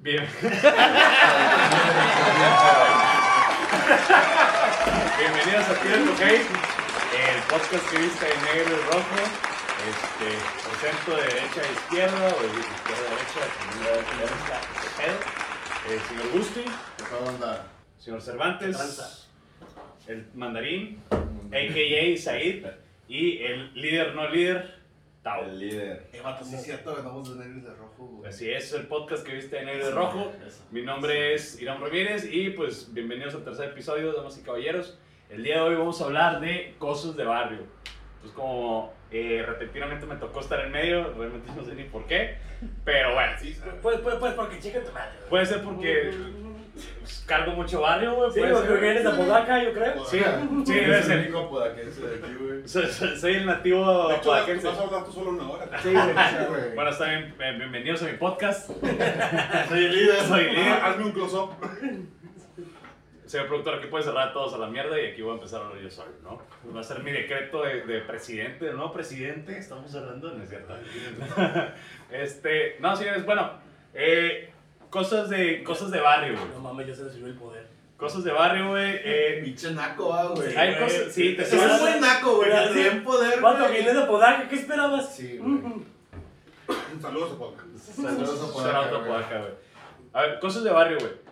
Bien. Bienvenidos a Tira tu Hate, el podcast que vista en negro y rojo. Este, por centro, de derecha a izquierda, o de izquierda a derecha, también le da- ya no está ese pedo. El señor Gusti, ¿Cómo andar? señor Cervantes, el mandarín, a.k.a. Said, y el líder no líder, Tau. El líder. Eh, vato, sí es cierto, güey, vamos de negros de rojo, güey. Así es, el podcast que viste en el de rojo. Mi nombre es Irán Ramírez y pues bienvenidos al tercer episodio, damas y caballeros. El día de hoy vamos a hablar de cosas de barrio. Pues como eh, repentinamente me tocó estar en medio, realmente no sé ni por qué, pero bueno. Pues, pues, pues, porque chica tu madre. güey. Puede ser porque pues, cargo mucho barrio, güey. Sí, puede porque ser. vienes de Apodaca, yo creo. Sí, sí, debe Es el ser. único podaquense de aquí, güey. Soy, soy- soy el nativo De hecho, vas apodaquense. vas a hablar tú solo una hora. Sí, güey, sí, güey. Bueno, está bien, eh, bienvenidos a mi podcast. Soy el líder. Soy el líder. Ah, Hazme un close-up. Señor productor, aquí puede cerrar a todos a la mierda y aquí voy a empezar a hablar yo solo, ¿no? Va a ser mi decreto de, de presidente, de nuevo presidente. Estamos hablando, ¿no es cierto? este, no, señores, bueno, eh, cosas, de, cosas de barrio, güey. No mames, ya se le subió el poder. Cosas de barrio, güey. eh, Pinche naco, ah, güey. hay cosas, sí, te Es Sí, un subes- buen naco, güey. Mira, que te den poder, Vato, güey. vienes de Apodaca, ¿qué esperabas? Sí, güey. Saludos a Poca. Saludos a Podaca, Shout out a güey. Podaca, güey. A ver, cosas de barrio, güey.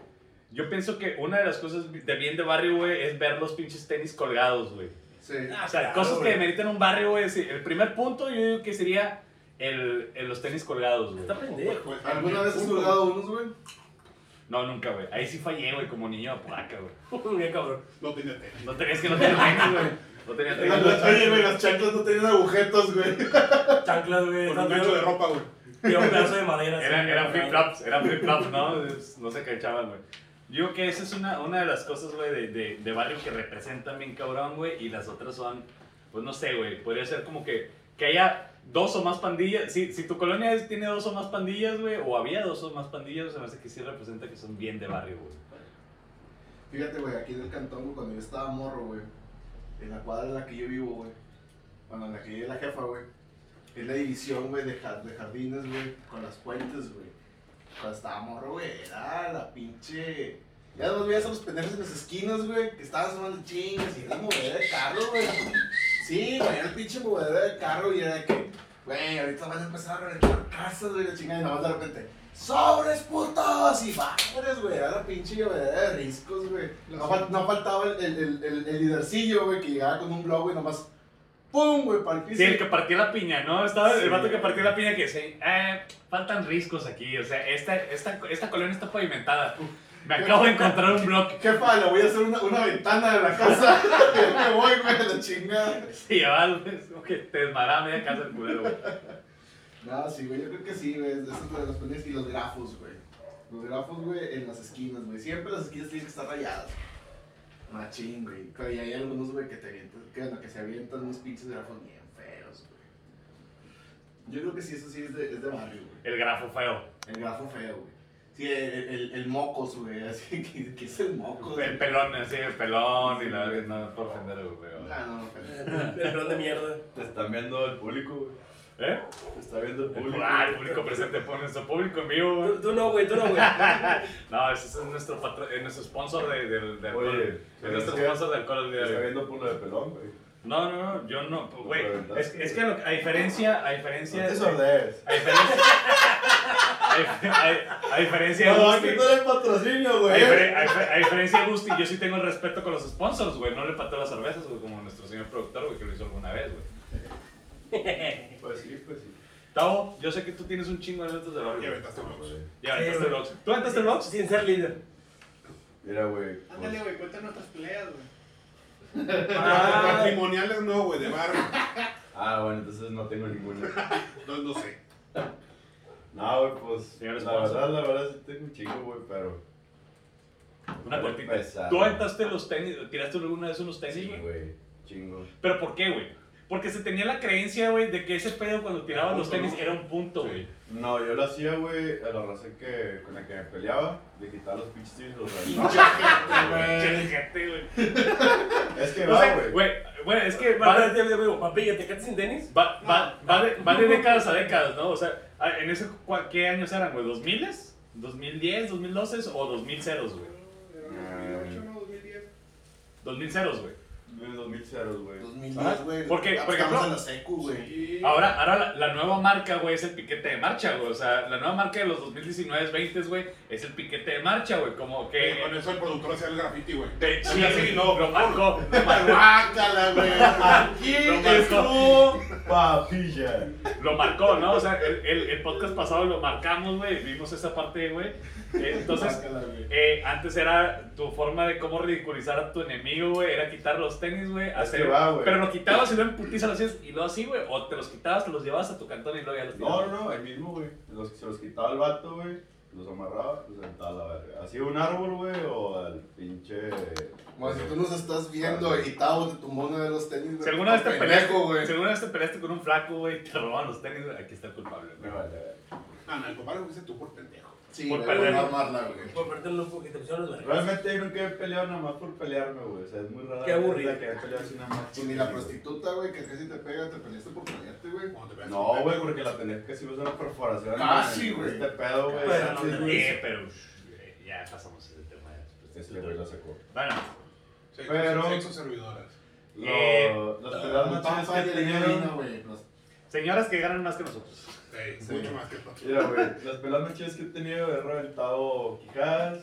Yo pienso que una de las cosas de bien de barrio, güey, es ver los pinches tenis colgados, güey. Sí. Ah, O sea, claro, cosas que güey. demeritan un barrio, güey. sí. El primer punto yo digo que sería el, el- los tenis colgados, güey. Está pendejo. Pues, ¿Alguna vez has colgado unos, güey? No, nunca, güey. Ahí sí fallé, güey, como niño de placa, güey. Bien cabrón. No tenía tenis. No tenías que no tener tenis, güey. No tenías tenis. güey. Oye, güey, las chanclas no tenían agujetos, güey. Chanclas, güey. Con está un gancho de feo. ropa, güey. Y un pedazo de madera. así, Era- Eran güey, flip flops, eran flip flops, ¿no? Es- No se cachaban, güey. Yo creo que esa es una, una de las cosas, güey, de, de, de barrio que representan bien cabrón, güey. Y las otras son, pues no sé, güey. Podría ser como que, que haya dos o más pandillas. Si, si tu colonia es- tiene dos o más pandillas, güey, o había dos o más pandillas, se me hace que sí representa que son bien de barrio, güey. Fíjate, güey, aquí en el cantón, güey, cuando yo estaba morro, güey, en la cuadra en la que yo vivo, güey, bueno, en la que vive la jefa, güey, es la división, güey, de, ja- de jardines, güey, con las fuentes, güey. Cuando estaba morro, güey, era la pinche... Ya nos veías a los pendejos en las esquinas, güey, que estaban sonando chingas y era movedera de carro, güey. Sí, güey, era el pinche movedera de carro y era de que, güey, ahorita van a empezar a reventar casas, güey, la chingada, y nada más de repente... ¡Sobres putos! Y madres, güey. Era la pinche llovedera de riscos, güey. No, fal- no faltaba el, el, el, el, el lidercillo, güey, que llegaba con un blog, güey, nomás. ¡Pum! güey, para el piso. Sí, el que partió la piña, ¿no? Estaba Sí. el vato que partió la piña que dice, eh, faltan riscos aquí, o sea, esta, esta, esta colonia está pavimentada. Me acabo de encontrar un bloque. Jefa, le voy a hacer una, una ventana de la casa. Yo me voy, güey, a la chingada. Sí, ya va, es como que te desmaraba media casa el culero, güey. No, sí, güey, yo creo que sí, güey. Eso es lo de los pendejos y los grafos, güey. Los grafos, güey, en las esquinas, güey. Siempre las esquinas tienen que estar rayadas. Machín, güey. Pero ya hay algunos, güey, que te avientan, que, bueno, que se avientan unos pinches grafos bien feos, güey. Yo creo que sí, eso sí es de, es de barrio, güey. El grafo feo. El grafo feo, güey. Sí, el, el, el mocos, güey. Así que, que es el mocos. El pelón, así, el pelón y la verdad, no, por ofender, güey. pero- Ah, no, no, pero- El pelón de mierda. Te están viendo el público, güey. ¿Eh? Te está viendo el El público. ah, el público presente, por nuestro público en vivo, güey. Tú, tú no, güey, tú no, güey. No, ese es nuestro, patro- eh, nuestro sponsor de, de, de alcohol. Oye, es nuestro sponsor de alcohol el Te día de está hoy. viendo por lo de pelón, güey. No, no, no, yo no, pues, güey. reventaste. Es, es que a, lo- a diferencia, a diferencia. Eso es. A diferencia. a dif- a- a diferencia de No, Gusti. aquí no era el patrocinio, A, güey. difer- a difer- a diferencia de Gusti, yo sí tengo el respeto con los sponsors, güey. No le pateo las cervezas, güey, como nuestro señor productor, güey, que lo hizo alguna vez, güey. Pues sí, pues sí. Tavo, yo sé que tú tienes un chingo de anécdotas de Y barrio. güey. aventaste un box. Ya aventaste Sí, el box. ¿Tú aventaste el box? Sin ser líder. Mira, güey. pues, Ándale, güey, cuenta nuestras peleas, güey. Ah, Matrimoniales no, güey, de barrio. Ah, bueno, entonces no tengo ninguno. No, no sé. No, güey, pues. Señor La sponsor. verdad, la verdad, sí tengo un chingo, güey, pero. Una Para cortita. empezar. ¿Tú aventaste los tenis? ¿Tiraste alguna vez unos tenis, Sí, güey? güey. Chingo. ¿Pero por qué, güey? Porque se tenía la creencia, güey, de que ese pedo cuando tirabas los Punto, tenis ¿no? era un punto, güey. No, yo lo hacía, güey, a la raza que, con la que me peleaba, de quitar los pinches tenis y los Pinche aventaba. gente, güey. Che, gente, güey. Es que No va, sé, güey. güey. Bueno, es que va Para de, el tío, digo, papi, ¿te quedaste sin tenis? va, ah, va, va de, va de décadas a décadas, ¿no? O sea, a- en eso, ¿cuál- ¿qué años eran, güey? ¿2000s? 2010, 2012 o 2000 ceros, güey. Era 2008, ¿no? 2010. 2000 ceros, güey. En 2000 ceros, güey. 2010, güey. ¿Por qué? Ah, Por Estamos ejemplo- en la secu, güey. Sí. Ahora, ahora la, la nueva marca, güey, es el piquete de marcha, güey. O sea, la nueva marca de los 2019-20, güey, es el piquete de marcha, güey. Como que... Eh, Con eso el productor hacía el graffiti, güey. Te- Sí, así, no. Lo marcó. Lo marcó. Guácala, güey. Aquí Lo marcó. estuvo papilla. Lo marcó, ¿no? O sea, el, el- el podcast pasado lo marcamos, güey. Vimos esa parte, güey. Eh, Entonces, Guácala, güey. eh, antes era tu forma de cómo ridiculizar a tu enemigo, güey. Era quitar los tenis, güey. hacer- que va, güey. Pero lo quitabas y luego en putiza lo hacías y luego así, güey. O te los quitabas, te los llevabas a tu cantón y luego ya los No, tirabas. no, no, el mismo, güey. Los, se los quitaba el vato, güey. Los amarraba, los sentaba a la verga. Así un árbol, güey, o al pinche. Bueno, si tú nos estás viendo y Tavo te tumbó uno de los tenis, güey. Si alguna vez te peleaste, pendejo, güey. si alguna vez te peleaste con un flaco, güey, y te robaban los tenis, güey, aquí está el culpable, Me güey. vale, verga. Ah, no, el compadre lo hiciste tú por pendejo. Sí, por güey, perder. no armarla, güey. Pues Por parte de los que te pusieron los vergas. Realmente yo nunca he peleado nada más por pelearme, güey. O sea, es muy raro. Qué aburrido. Que he peleado así nada más. Si ni la prostituta, güey, que casi te pega, te peleaste por pelearte, güey. Cuando te veas No, güey, porque la tenés que si usar una perforación. Casi, en Ah, güey. Este pedo, güey. Bueno, no Sí, te güey. ríe, pero eh, ya pasamos el tema. de- Este güey la sacó. Bueno, Sexo- Pero- Sexo servidoras. Lo- Eh, Ah, las peleas más Tan chidas que fácil de he tenido- heroína, güey. pues. Los- señoras que ganan más que nosotros. Sí, Sí. Mucho más que tú. Mira, güey, las peleas más chidas que he tenido he reventado quijadas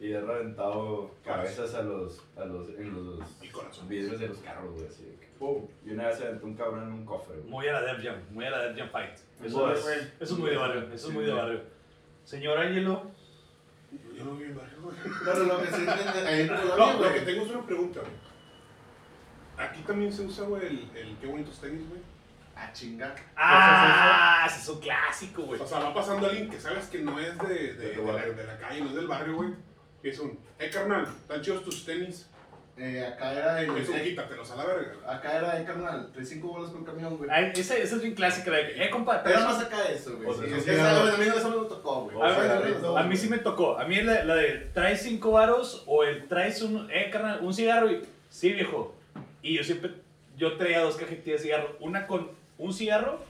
y he reventado cabezas a los, a los, en los, Y corazones. vidrios de los carros, güey, así de que pum. Y una vez se aventó un cabrón en un cofre, güey. Muy a la Def Jam, muy a la Def Jam Fight. Eso Pues, es, eso es muy de barrio, eso es muy de barrio. Señor Ángelo, Yo no vi el barrio, güey. Pero lo que sí entienden ahí en Colombia, No, lo que güey. tengo es una pregunta, güey. Aquí también se usa, güey, el, el qué bonitos tenis, güey. Ah, chinga. ¡ah! Ese es un clásico, güey. O sea, va pasando alguien que sabes que no es de, de- De de tu la, barrio. de la calle, no es del barrio, güey. Y es un, eh, carnal, tan chidos tus tenis. Eh, acá era el. Pues, Es un eh, quítatelos a la verga. Acá era, eh, carnal. Tres cinco bolas por camión, güey. Ay, Pues, Esa esa es bien clásica, la de, eh, compa, te Pero das más acá eso, güey. O sea, Sí, eso es sí que era- esa- A mí no- eso no me tocó, güey. O sea, Eso no me era- tocó, A mí sí güey. me tocó. A mí la, la de traes cinco varos o el traes un, eh, carnal, un cigarro y sí, viejo. Y yo siempre, yo traía dos cajetillas de cigarro, una con un cigarro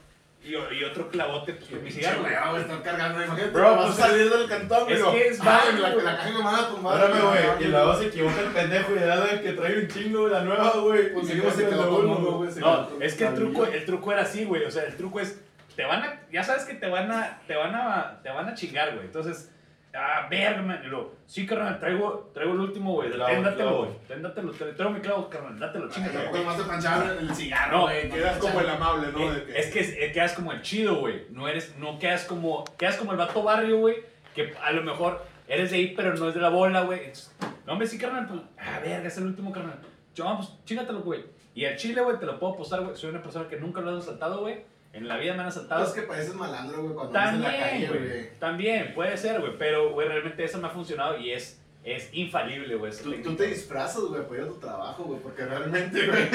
y, o- y otro clavote pues, con mi Pinche cigarro. weón, güey, están cargando, imagínate. Bro, vas a pues, salir del cantón, güey. es lo- que es Ah, barrio, en la, güey. en la caja pues, que me van a tumbar. Espérame, cabrón, güey, y luego se equivoca el pendejo y era el que trae un chingo de la nueva, güey. Pues Y sí, se güey, se quedó quedó con con uno, uno, güey. se No, quedó es que el con- truco, el truco era así, güey. O sea, el truco es, te van a, ya sabes que te van a, te van a, te van a chingar, güey. Entonces, ah, verga, man. Y luego, sí, carnal, traigo, traigo el último, güey. Clavo, Téndatelo, clavo. güey. Téndatelo, tra- traigo mi clavo, carnal, dátelo, chingatelo. Te vas a planchar el cigarro, No, güey. Quedas como el amable, ¿no? De Eh, es que es- eh, quedas como el chido, güey. No eres, no quedas como, quedas como el vato barrio, güey. Que a lo mejor eres de ahí, pero no es de la bola, güey. Entonces, No, hombre, sí, carnal, pues, ah, verga, es el último, carnal. Yo, ah, pues, chingatelo, güey. Y al chile, güey, te lo puedo postar, güey. Soy una persona que nunca lo han asaltado, güey. En la vida me han asaltado. Es que pareces malandro, güey, cuando andas en la También, calle, güey. güey. También, puede ser, güey. Pero, güey, realmente eso me ha funcionado y es, es infalible, güey. esa Tú, tú técnica. te disfrazas, güey, para ir a tu trabajo, güey, porque realmente, güey,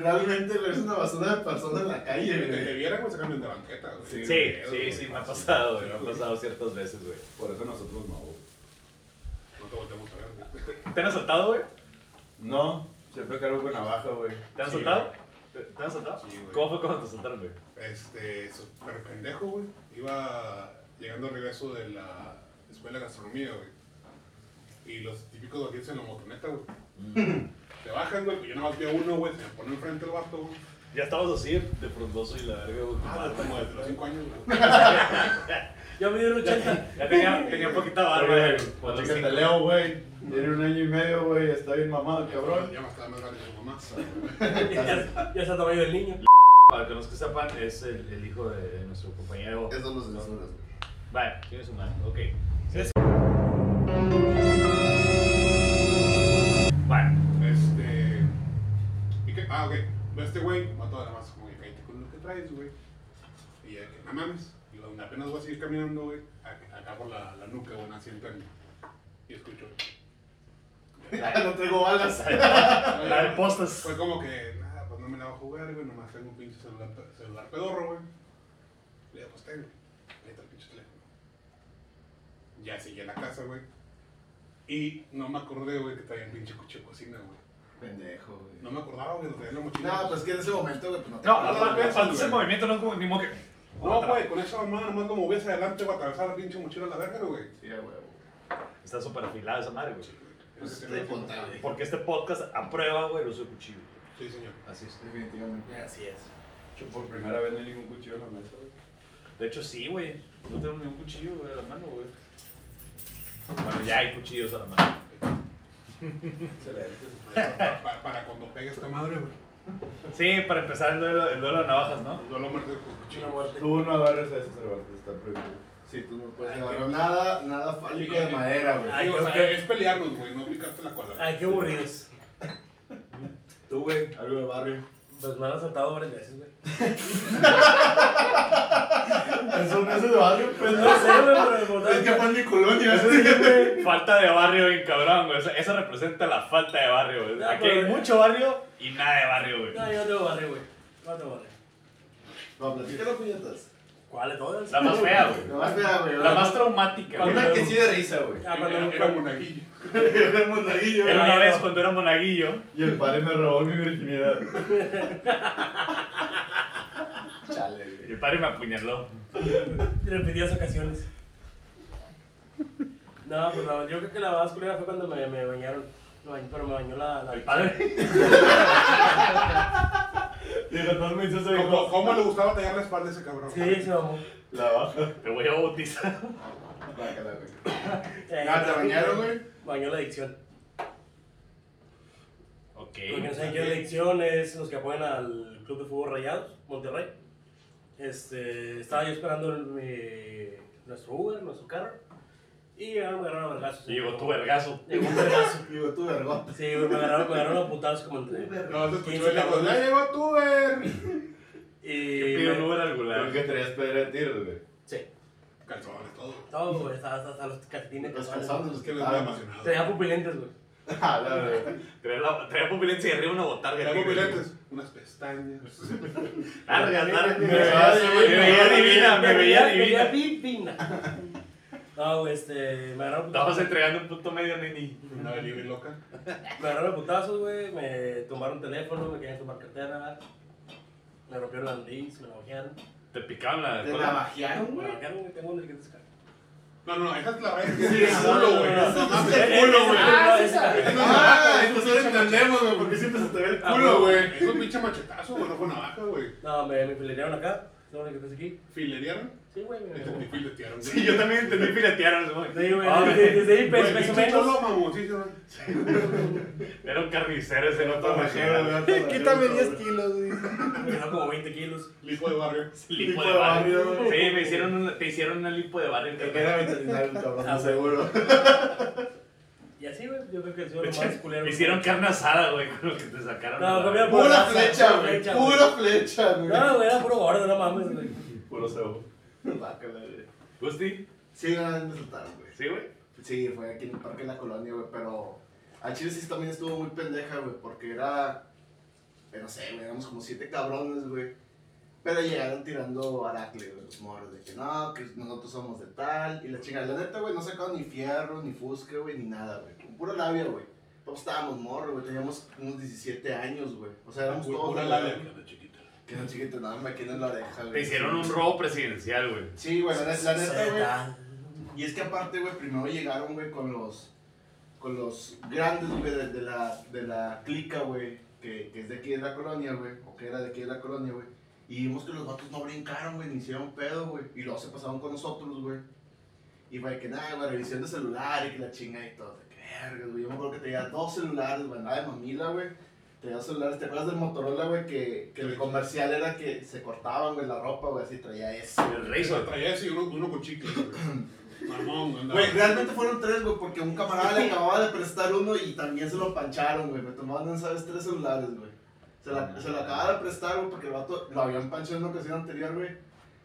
realmente güey, eres una basura de persona en la calle, que te güey. vieran, güey, se cambian de banqueta, güey. Sí, sí, güey, sí, güey. me ha pasado, güey. Me ha pasado ciertas veces, güey. Por eso nosotros no, güey. No te volteamos a ver, güey. ¿Te han asaltado, güey? No, siempre cargo con navaja, güey. ¿Te han Sí, soltado? ¿Te han soltado? Sí, güey. ¿Cómo fue cuando te soltaron, güey? Este, súper pendejo, güey. Iba llegando al regreso de la escuela de gastronomía, güey. Y los típicos doquitos en la motoneta, güey. Te bajan, güey, pues yo nomás vi a uno, güey, se me pone enfrente el vato, güey. Ya estabas así, de frondoso y la verga, güey. Ah, como desde los 5 años, güey. Ya me dieron 80. Ya tenía, tenía poquita barba, güey. Cuando Cuando que sí. te leo, güey. Tiene un año y medio, güey. Está bien mamado, cabrón. Ya me estaba más grande que su mamá. Ya ya está tamaño del niño. Para que los que sepan, es el, el hijo de, de nuestro compañero. Eso los censuras, güey. Vale, tiene su madre, ok. Es- Vale. Este. ¿Y qué? Ah, ok. Ve este güey, mató a la más como que cállate con lo que traes, güey. Y ya que no mames. Y donde apenas voy a seguir caminando, güey, a- acá por la, la nuca, güey, así entrando. Y escucho. no traigo balas. La de postas. Fue como que, nada, pues no me la voy a jugar, güey, nomás tengo un pinche celular, celular pedorro, güey. Le digo, pues ten, güey. ahí está el pinche teléfono. Ya seguí a la casa, güey. Y no me acordé, güey, que traía un pinche cuchillo de cocina, güey. Pendejo, güey. No me acordaba, güey, lo traía en la mochila. No, pues que en ese momento, güey, pues no te No, acuerdas, aparte, güey. aparte ese movimiento no es como ni moque. No, güey, con esa mamá nomás lo movías adelante para atravesar la pinche mochila a la verga, güey. Sí, a huevo. Está súper afilada esa madre, güey. Pues estoy contable. Porque este podcast aprueba, güey, el uso de cuchillo. Sí, señor. Así es. Definitivamente. Así es. Yo por primera vez no hay ningún cuchillo en la mesa, güey. De hecho, sí, güey. No tengo ningún cuchillo, güey, a la mano, güey. Bueno, ya hay cuchillos a la mano. Excelente. Pa- pa- Para cuando pegue esta madre, güey. Sí, para empezar el duelo, el duelo de navajas, ¿no? No lo muerde con Una cuchillo. muerte. Tú no agarres a ese cervantes, está prohibido. Sí, tú no puedes agarrar Pues nada, nada fálico de madera, güey. Ay, Sí, o sea, ok. es pelearnos, güey, no aplicarte la cuadra. Ay, qué aburridos. Tú, güey, algo de barrio. Pues me han asaltado varias veces, güey. Eso no es de barrio, Pues no sé, güey, pero me Es que acordaron- fue en mi colonia. Falta de barrio, bien cabrón, güey. Esa, esa representa la falta de barrio, güey. No, Aquí hay pero- mucho barrio y nada de barrio, güey. No, yo no tengo barrio, güey. No tengo barrio. No, pues, platícalo, puñetas. ¿Cuál de todas? La más fea, güey. La más fea, güey. La más traumática, güey. pues, Una que sí de risa, güey. Ah, cuando- Era era monaguillo. El monaguillo. Era una vez cuando era monaguillo. Y el padre me robó mi virginidad. Chale, Y el padre me apuñaló. repetidas ocasiones. No, pues la- yo creo que la más culera fue cuando me, me bañaron. Me bañ- pero me bañó la. la El padre. Dijo, no me hizo eso, ¿Cómo, dijo, cómo le gustaba tallar la espalda a ese cabrón? Sí, se mamó. La baja. Te voy a bautizar. Bácala, güey. Eh, Ah, ¿te bañaron, güey? Bañó la adicción. Ok. Porque no saben qué es la adicción, es los que apoyan al Club de Fútbol Rayados, Monterrey. Este, estaba yo esperando el- mi- nuestro Uber, nuestro carro. Y llegaron, me agarraron a vergazos. Y llegó tu vergazo. Llegó un vergazo. Digo, tú, vergota. Sí, güey, me agarraron, me agarraron a putazos como entre. No, se escuchó 15 el lejos. ¡Ya cabrones. llegó tu ver! Y. Pido un me- Uber al Creo gulag. que traías pedra de tiro, güey. Sí, Calzones, todo. todo, güey, hasta, hasta, hasta los calcetines. Los calzones. calzones, Es los que que Ah, les voy estaban. emocionado. Tenía pupilentes, güey. Ah, la verdad. Traía la- traía pupilencia y arriba una botarga. Tengo tigre. pilates, unas pestañas. Largas, largas. Me Me veía- veía divina, me veía Me veía divina. divina. No, güey, este, me agarraron Estabas putazos. entregando un punto medio, nini. Una libre loca. Me agarraron putazos, güey, me tomaron teléfono, me querían tomar cartera. Me rompieron las links, me navajearon. Te picaban la Te cola. navajearon, Me güey. navajearon, güey, tengo un etiqueta de No, no, esa es la raya. Sí, es no, culo, no, güey. no, no, No mames. no, no, culo, güey. Ah, esa. Ah, pues, entonces entendemos, güey, porque siempre se te ve el culo, güey. Es un pinche machetazo, güey, no fue navaja, güey. No, me, me filetearon acá. Tengo un etiqueta aquí. ¿Filerearon? Sí, güey, me. Entendí, Sí, filetearon, güey. Sí, yo también entendí filetearon, güey. güey, Ah, desde- desde ahí, Güey, pues, más o pinche menos. cholo, mamoncillo. Era un carnicero ese, no Todo todo majero, machero. güey, todo majero, todo, güey. kilos, güey. Me quedaron como 20 kilos. Lijo de barrio. Lipo de barrio. Sí, me hicieron una, te hicieron una lipo de barrio. Que era veterinario, el cabrón, Ah, seguro. Y así, güey, yo creo que ha sido De lo hecho, más culero. Me hicieron carne asada, güey, con lo que te sacaron. No, güey. comía Pura flecha, güey. Flecha, güey. Pura flecha, güey. No, güey, era puro gordo, no mames, güey. Puro cebo. Bácala, güey. ¿Gusti? Sí, una vez me soltaron, güey. ¿Sí, güey? Sí, fue aquí en el parque de la colonia, güey, pero a Chile sí también estuvo muy pendeja, güey, porque era, eh, no sé, güey, éramos como siete cabrones, güey. Pero llegaron tirando aracle, güey, los morros, de que no, que nosotros somos de tal, y la chingada, la neta, güey, no sacaron ni fierro, ni fusca, güey, ni nada, güey, con pura labia, güey. Todos estábamos morros, güey, teníamos unos 17 años, güey, o sea, éramos Pura- todos, Pura güey, labia. La chiquita. que no chiquito, nada, me quieren la oreja, güey. Te hicieron un robo presidencial, güey. Sí, güey, la neta, Pues, la neta, güey. Zeta. Y es que aparte, güey, primero llegaron, güey, con los, con los grandes, güey, de, de la, de la clica, güey, que, que es de aquí de la colonia, güey, o que era de aquí de la colonia, güey. Y vimos que los vatos no brincaron, güey, ni hicieron pedo, güey. Y luego se pasaron con nosotros, güey. Y, güey, que nada, güey, revisión de celular y que la chinga y todo. De que vergas, güey. Yo me acuerdo que tenía dos celulares, güey, nada de mamila, güey. Tenía dos celulares. ¿Te acuerdas del Motorola, güey? Que, que el comercial era que se cortaban, güey, la ropa, güey, así traía eso. El Razor. Traía ese y uno, uno con chicle, güey. Mamón, güey. andaba- Güey, realmente fueron tres, güey, porque un camarada le acababa de prestar uno y también se lo pancharon, güey. Me tomaban, no sabes, tres celulares, güey. Se la, se lo acababa de prestar, güey, porque el vato lo habían panchado en una ocasión anterior, güey.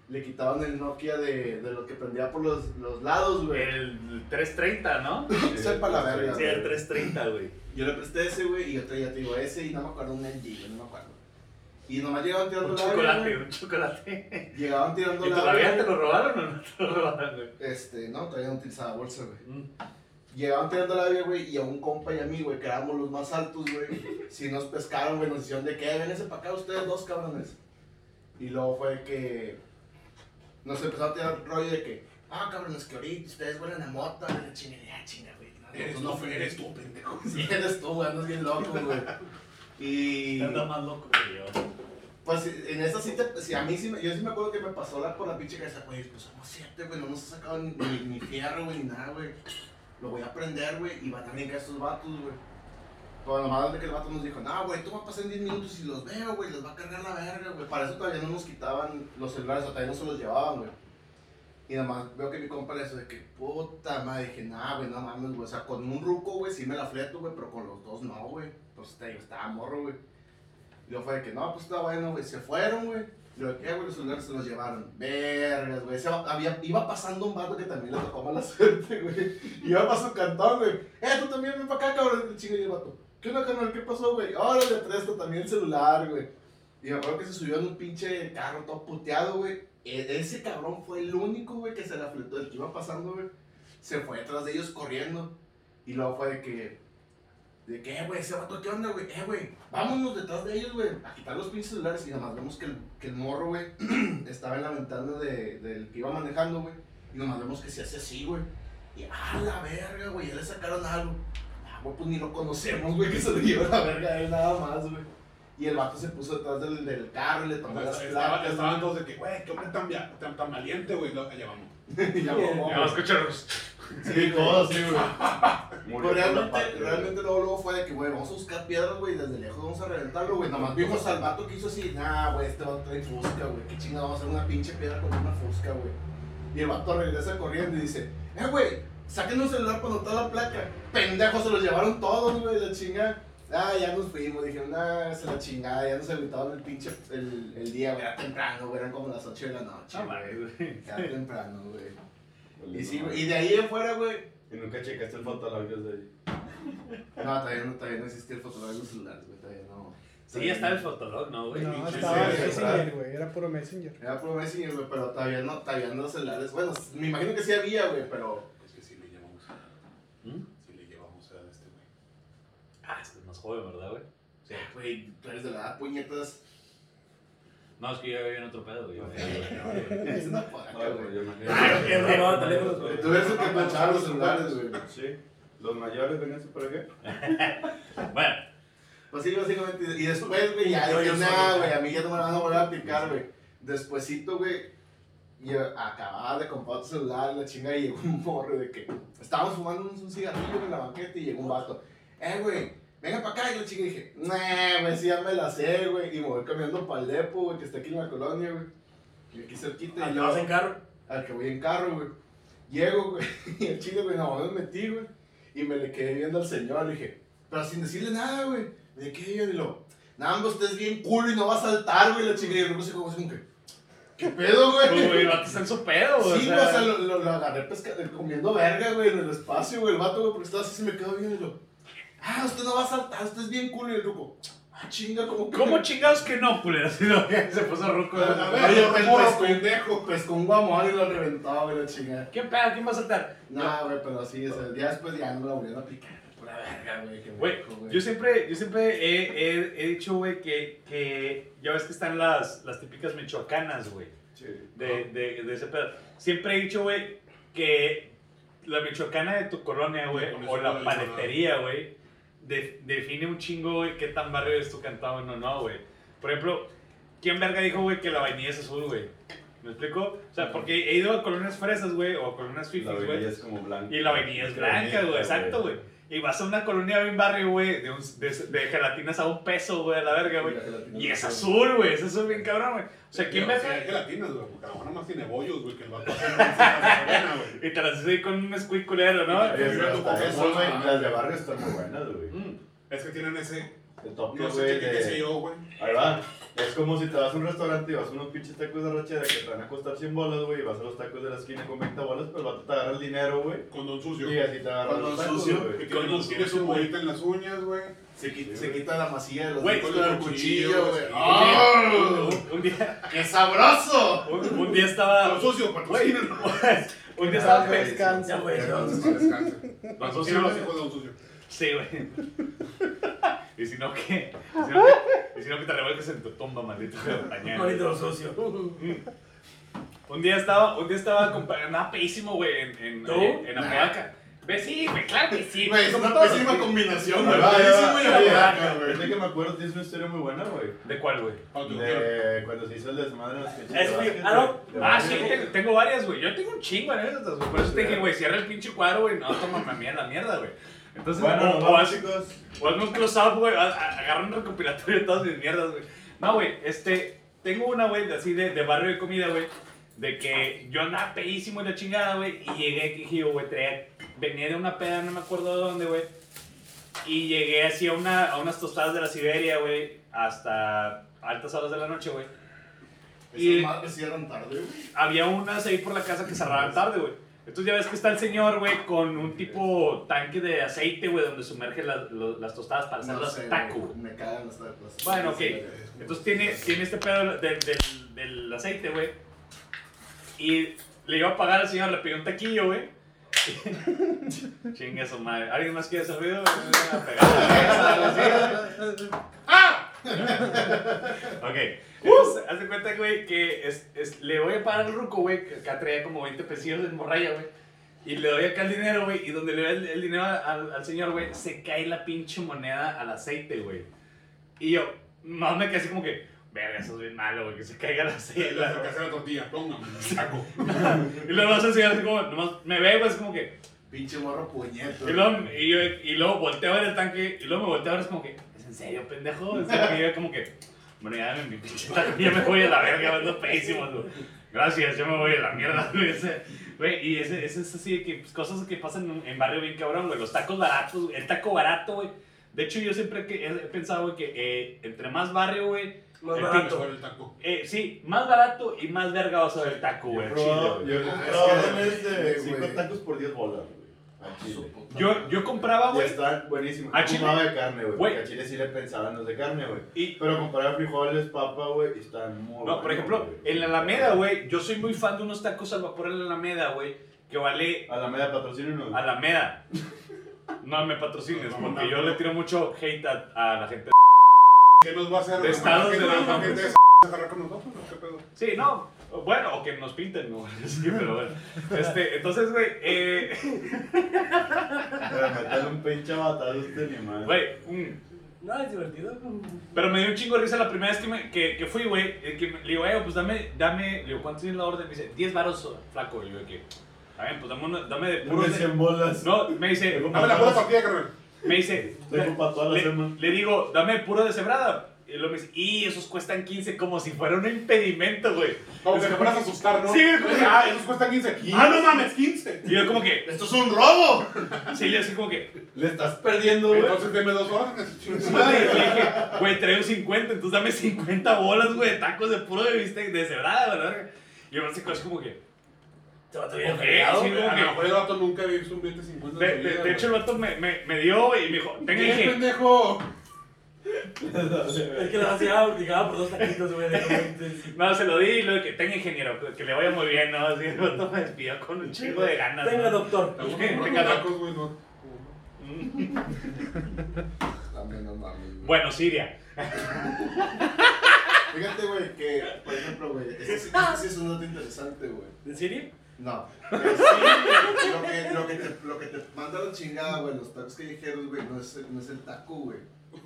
Le quitaban el Nokia de, de lo que prendía por los, los lados, güey. El 330, ¿no? Sepa la verga. Sí, el 330, güey. Yo le presté ese, güey, y yo traía, te digo, ese y no me acuerdo un LG, güey, no me acuerdo. Y nomás llegaban tirando Un labia, chocolate, güey. un chocolate. Llegaban tirando ¿Y labia, todavía te güey. lo robaron o no te lo robaron, güey? Este, no, traían utilizada bolsa, güey. Mm. Llegaban tirando la vía, güey, y a un compa y a mí, güey, que éramos los más altos, güey. Si nos pescaron, "Eh, güey, nos hicieron de que, vénganse para acá ustedes dos cabrones. Y luego fue que nos empezó a tirar rollo de que, ah, cabrón, es que ahorita ustedes huelen a mota, y la chinga, ya chinga, güey. no, Eres nosotros tú, no, güey. eres tú, pendejo. Sí, eres tú, güey, andas bien loco, güey. Y. Anda más loco que yo. Pues en esa sí, te, sí, a mí sí, me- yo sí me acuerdo que me pasó la, por la pinche cabeza, güey, pues somos siete, güey, no hemos sacado ni, ni, ni fierro, güey, ni nada, güey. Lo voy a prender, güey, y van a brincar estos vatos, güey. Pero nomás de que el vato nos dijo, no, güey, tú vas a pasar 10 minutos y los veo, güey, les va a cargar la verga, güey. Para eso todavía no nos quitaban los celulares, o todavía no se los llevaban, güey. Y nomás veo que mi compa le hizo de que, puta madre, dije, nah, güey, no mames, güey. O sea, con un ruco, güey, sí me la fleto, güey, pero con los dos no, güey. Entonces te digo, estaba morro, güey. Y luego fue de que, no, pues está bueno, güey. Se fueron, güey. Y luego, ¿qué, "Eh, güey? Los celulares se los llevaron. Vergas, güey. Se va- había- Iba pasando un vato que también le tocó mala suerte, güey. Iba para su cantón, güey. Eh, tú también ven para acá, cabrón. El chingo y el vato. ¿Qué onda, carnal? ¿Qué pasó, güey? Ahora le presto también el celular, güey. Y me acuerdo que se subió en un pinche carro todo puteado, güey. E- ese cabrón fue el único, güey, que se la fletó. El que iba pasando, güey. Se fue detrás de ellos corriendo. Y luego fue de que, de que, eh, güey, ese vato, ¿qué onda, güey? Eh, güey, vámonos detrás de ellos, güey, a quitar los pinches celulares. Y nada más vemos que el, que el morro, güey, estaba en la ventana de- del que iba manejando, güey. Y nada más vemos que se hace así, güey. Y a la verga, güey, ya le sacaron algo. Ah, güey, pues ni lo conocemos, güey, que se lo lleva la verga a él nada más, güey. Y el vato se puso detrás del, del carro y le tomó las Entonces, Estaban placas. estaban todos de que, güey, qué hombre tan, via- tan, tan valiente, güey. Lo llevamos. y ya mamó, Ya va a güey. escuchar. Sí, todos, sí, güey. Pero Murió por la realmente, patria. realmente luego, luego fue de que, güey, vamos a buscar piedras, güey, desde lejos vamos a reventarlo, güey. Nomás vimos al vato que hizo así, nah, güey, este vato trae fusca, güey, qué chingada, vamos a hacer una pinche piedra con una fusca, güey. Y el vato regresa corriendo y dice, eh, güey, saquen un celular para notar la placa. Pendejos, se los llevaron todos, güey, la chingada. Ah, ya nos fuimos, dijeron, nah, se la chingada, ya nos evitaron el pinche, el, el día, güey, era temprano, güey, eran como las 8 de la noche, Ah, No güey. mames, güey. Era temprano, güey. Y sí, güey, y de ahí en fuera, güey, Y nunca checaste el fotolabios de ahí. No, todavía no, todavía no existía el fotolog en los celulares, güey, todavía no. Sí, ya está el fotolog, ¿no, güey? No, Pinche estaba sí, ese- Messenger, güey. Era puro Messenger. Era por Messenger, güey, pero todavía no, todavía no los celulares. Bueno, me imagino que sí había, güey, pero... Es que sí le llevamos a. ¿Mm? Sí le llevamos a este, güey. Ah, este es más joven, ¿verdad, güey? Sí, güey, tú eres de la edad, puñetas. No, es que yo vivía en otro pedo, güey. Es una Ah, podaca, güey, güey. yo imagino. Ah, qué robado teléfonos, güey. Tú eres el que manchaba los celulares, güey. Sí. Los mayores venían por acá. Bueno, Pues sí, básicamente. Y después, güey, ya Yo- dije, yo nada, soy- güey, a mí ya no me la van a volver a picar, güey. Despuésito, güey, y acababa de comprar otro celular, la chinga, y llegó un morro de que estábamos fumando un, un cigarrillo en la banqueta y llegó un vato. Eh, güey, venga para acá. Y la chinga dije, nah, güey, sí, ya me la sé, güey. Y me voy caminando para el depo, güey, que está aquí en la colonia, güey. Y aquí cerquita. Ah, y Al que yo- vas en carro. al que voy en carro, güey. Llego, güey, y el chile, güey, no, me metí, güey. Y me le quedé viendo al señor, le dije, pero sin decirle nada, güey. ¿De qué? Y lo, nada, hombre, usted es bien culo y no va a saltar, güey, la chica. Y luego se como así, como que, ¿qué pedo, güey? pues, güey, el vato está en su pedo, Sí, güey. güey, o sea, lo, lo, lo agarré pesca- eh, comiendo verga, güey, en el espacio, güey, el vato, güey, porque estaba así, se me quedó viendo y lo, ah, usted no va a saltar, usted es bien culo. Y el loco, ah, chinga, como que. ¿Cómo chingados que no, culero? Así lo que se puso ruco. A ver, güey. a ver, Oye, pues, morro, pues, pendejo, pues con un guamón y lo reventaba, güey, la chingada. ¿Qué pedo? ¿Quién va a saltar? No, güey, pero sí, o sea, ya después ya no la volvieron a aplicar. Pura verga, güey. qué Güey, loco, yo siempre, yo siempre he, he- he dicho, güey, que, que ya ves que están las, las típicas michoacanas, güey, Sí. de, de, de ese pedo. Siempre he dicho, güey, que la michoacana de tu colonia, güey, Con eso o la no lo hizo paletería, güey, de- define un chingo, güey, qué tan barrio es tu cantón o no, güey. Por ejemplo, ¿quién verga dijo, güey, que la vainilla es azul, güey? ¿Me explico? O sea, porque he ido a colonias fresas, güey, o a colonias La fifis, güey. vainilla es como blanca. Y la vainilla es blanca, güey, exacto, güey. Y vas a una colonia bien barrio, güey, de, un- de, de gelatinas a un peso, güey, a la verga, güey. Y es azul, güey, es azul bien cabrón, güey. O sea, ¿quién Pero, me sí, Hay gelatinas, güey. Porque a lo mejor nomás tiene bollos, güey. Que el vato hace una güey. Y te las haces ahí con un squid culero, ¿no? Las de- hasta eso, güey, Las de barrio están muy buenas, güey. Mm. Es que tienen ese. El top, No sé güey, qué, qué sé de... yo, güey. Ahí va. Es como si te vas a un restaurante y vas a unos pinches tacos de rachera que te van a costar 100 bolas, güey, y vas a los tacos de la esquina con 20 bolas, pero el vato te agarra el dinero, güey. Condón sucio. Y así te agarra Cuando los es tacos, sucio, güey. Que tiene, tiene su bolita en las uñas, güey. Se, qui- se quita la masilla de los Güey, dedos con el con el cuchillo, cuchillo, güey. sí. ¡Ah! Un, un día, ¡Qué sabroso! un, un día estaba. Condón sucio, patrocínanos. Un día Ah, estaba. güey, Descansa, Ya, güey. Perdón, no. no descanse. Los Los socios- hijos de Don Sucio. Sí, güey. Y si no, ¿qué? Y si no, ¿qué? Y si no, que te revuelques en tu tumba, maldito. de Daniel. Bonito lo socio. Mm. Un día estaba, un día estaba compa- nada pésimos, güey, en, en, ¿Tú? en, en Apodaca. Ve, sí, güey, claro que sí. Güey, es Como una pues todos pésima los- combinación, Ahí güey. va, ahí va, Pésimo y ahí va. la güey. Ahorita que me acuerdo, tienes una historia muy buena, güey. ¿De cuál, güey? Cuando te dijeron, De cuando se hizo el desmadre en los Es muy- Vázquez, ah, no. güey. Ah, sí, tengo, tengo varias, güey. Yo tengo un chingo de anécdotas, güey. Por eso te dije, güey, cierra el pinche cuadro, güey. No, toma mami a la mierda, güey. Entonces, Bueno, o- nos o, vamos, haz, chicos. o hazme un close-up, güey. a- a- Agarra un recopilatorio de todas mis mierdas, güey. No, güey, este. Tengo una, güey, de- así de, de barrio de comida, güey. De que yo andaba pedísimo de la chingada, güey. Y llegué aquí, dije, güey, traía- Venía de una peda, no me acuerdo de dónde, güey. Y llegué así a, una, a unas tostadas de la Siberia, güey. Hasta altas horas de la noche, güey. Y- Esas madres cierran tarde, güey. había unas ahí por la casa que cerraban tarde, güey. Entonces ya ves que está el señor, güey, con un tipo tanque de aceite, güey, donde sumerge las, lo- las tostadas para No hacerlas sé, taco, güey, güey. Me cagan las tacos. Bueno, ok. Sí, güey. Entonces tiene, tiene este pedo del, del- del aceite, güey. Y le iba a pagar al señor, le pidió un taquillo, güey. Chinga su madre. ¿Alguien más quiere hacer ruido? Una pegada, güey, algo así. Ok. Entonces, haz de cuenta, güey, que es, es- le voy a pagar al ruco, güey, que acá traía como 20 pesillos de morralla, güey. Y le doy acá el dinero, güey, y donde le doy el, el dinero al, al señor, güey, se cae la pinche moneda al aceite, güey. Y yo, no, me quedé así como que, verga, eso es bien malo, güey, que se caiga el aceite. la la casa de la tortilla, póngame, taco. y luego el señor así como, nomás me ve, güey, es como que, Pinche morro puñeto. y luego, y, yo, y luego volteo a ver el tanque, y luego me volteo a ver, es como que, ¿es en serio, pendejo? Es como que yo como que, bueno, ya me, pinche tanque, ya me voy a la verga, vendo pésimos, güey. Gracias, yo me voy a la mierda, güey. Ese- güey, y ese, ese es así de que, pues, cosas que pasan en, en barrio bien cabrón, güey. Los tacos baratos, güey, el taco barato, güey. De hecho, yo siempre que he pensado, güey, que eh, entre más barrio, güey, Más El Taco, barato. el taco. eh, sí, más barato y más verga vas a ver el taco, güey. al chile, güey. Bro, Yo he comprado Ah, es que- órdenes de Sí, 5 güey. tacos por 10 bolas, güey. A Chile. Yo, yo compraba, Y güey, están buenísimos. Ah, ¿A Yo Chile? fumaba de carne, güey. Güey. Porque a Chile sí le pensaban los de carne, güey. y Pero comparado a frijoles, papa, güey, y están No, muy por buenos, ejemplo, güey. en la Alameda, güey, yo soy muy fan de unos tacos al vapor en la Alameda, güey, que vale Alameda, patrocínanos. Ah. Alameda. No me patrocines, porque yo le tiro mucho hate a, a la gente. ¿Qué nos va a hacer? De estados de la los gente nombres. de agarrar con nosotros? ¿Qué pedo? Sí, no, bueno, o que nos pinten, no, es que, pero bueno. Este, entonces, güey, eh, Para meterle un pinche batazo a este animal. güey, mm, No, es divertido. Pero me dio un chingo de risa la primera vez que, me, que, que fui, güey. eh, que me- Le digo, eh, pues dame, dame, le digo, ¿cuánto tiene la orden? Me dice, 10 varos, flaco. Le digo, que, está bien, pues dame, una- dame de puro. Dame 100 bolas. No, me dice, Tengo Dame la puta tortilla, carnal. me dice, Tengo para toda la Le, semana. le digo, dame puro de cebrada. Y luego me dice, y esos cuestan 15 como si fuera un impedimento, güey. Como que te fueras a asustar, ¿no? Sí, güey, como que- Ah, esos cuestan 15. Ah, no mames, 15. Y yo como que, ¡Esto es un robo! sí, yo así como que, Le estás perdiendo, güey. Entonces deme dos horas. su madre. Y le dije, güey, traigo 50, entonces dame 50 bolas, güey, de tacos de puro de bistec de cebrada, ¿verdad? Y yo me hace cosas como que, Se va a bien Ok, peleado. sí, güey. A lo mejor el vato nunca había visto un 2050 de, de- de hecho el vato me, me, me dio güey, y me dijo, tenga, ¿Qué dije, pendejo? Es que la hacía obligada por dos taquitos, güey. de repente, sí. no, se lo di, y luego que tenga ingeniero, que- que le vaya muy bien, ¿no? Así el vato me despidió con un chingo de ganas. ¿no? Tenga, doctor. Estamos Sí, comprando venga, tacos, güey, no. También no mames, güey. Bueno, Siria. Fíjate, güey, que, por ejemplo, güey, este sí este sí es un dato interesante, güey. ¿En serio? No. Pero sí, lo que, lo que, te, lo que te manda la chingada, güey, los tacos callejeros, güey, no es, el- no es el taco, güey.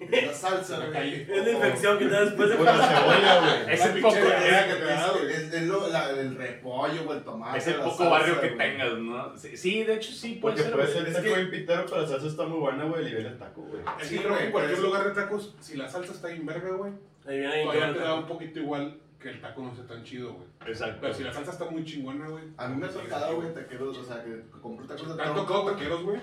Es la salsa, güey. Es la infección que te da después de Con la cebolla, güey. Es La el pinche poco, verga que te da, Es, güey. es- es lo- la- el repollo o el tomate. Es el Ah, la poco salsa, barrio que güey. tengas, ¿no? Sí, sí, de hecho sí puede Porque ser. puede güey. ser es taco que- bien pitero, pero la salsa está muy buena, güey. Le viene el taco, güey. Es Sí, que creo que güey, en cualquier pero es- lugar de tacos, si la salsa está bien verga, güey, Ahí viene ahí todavía viene te da el un poquito igual que el taco no esté tan chido, güey. Exacto. Pero si la salsa está muy chingona, güey. A mí me ha tocado, güey, taqueros, o sea, que compré tacos ¿Te de han taco tocado taqueros, güey?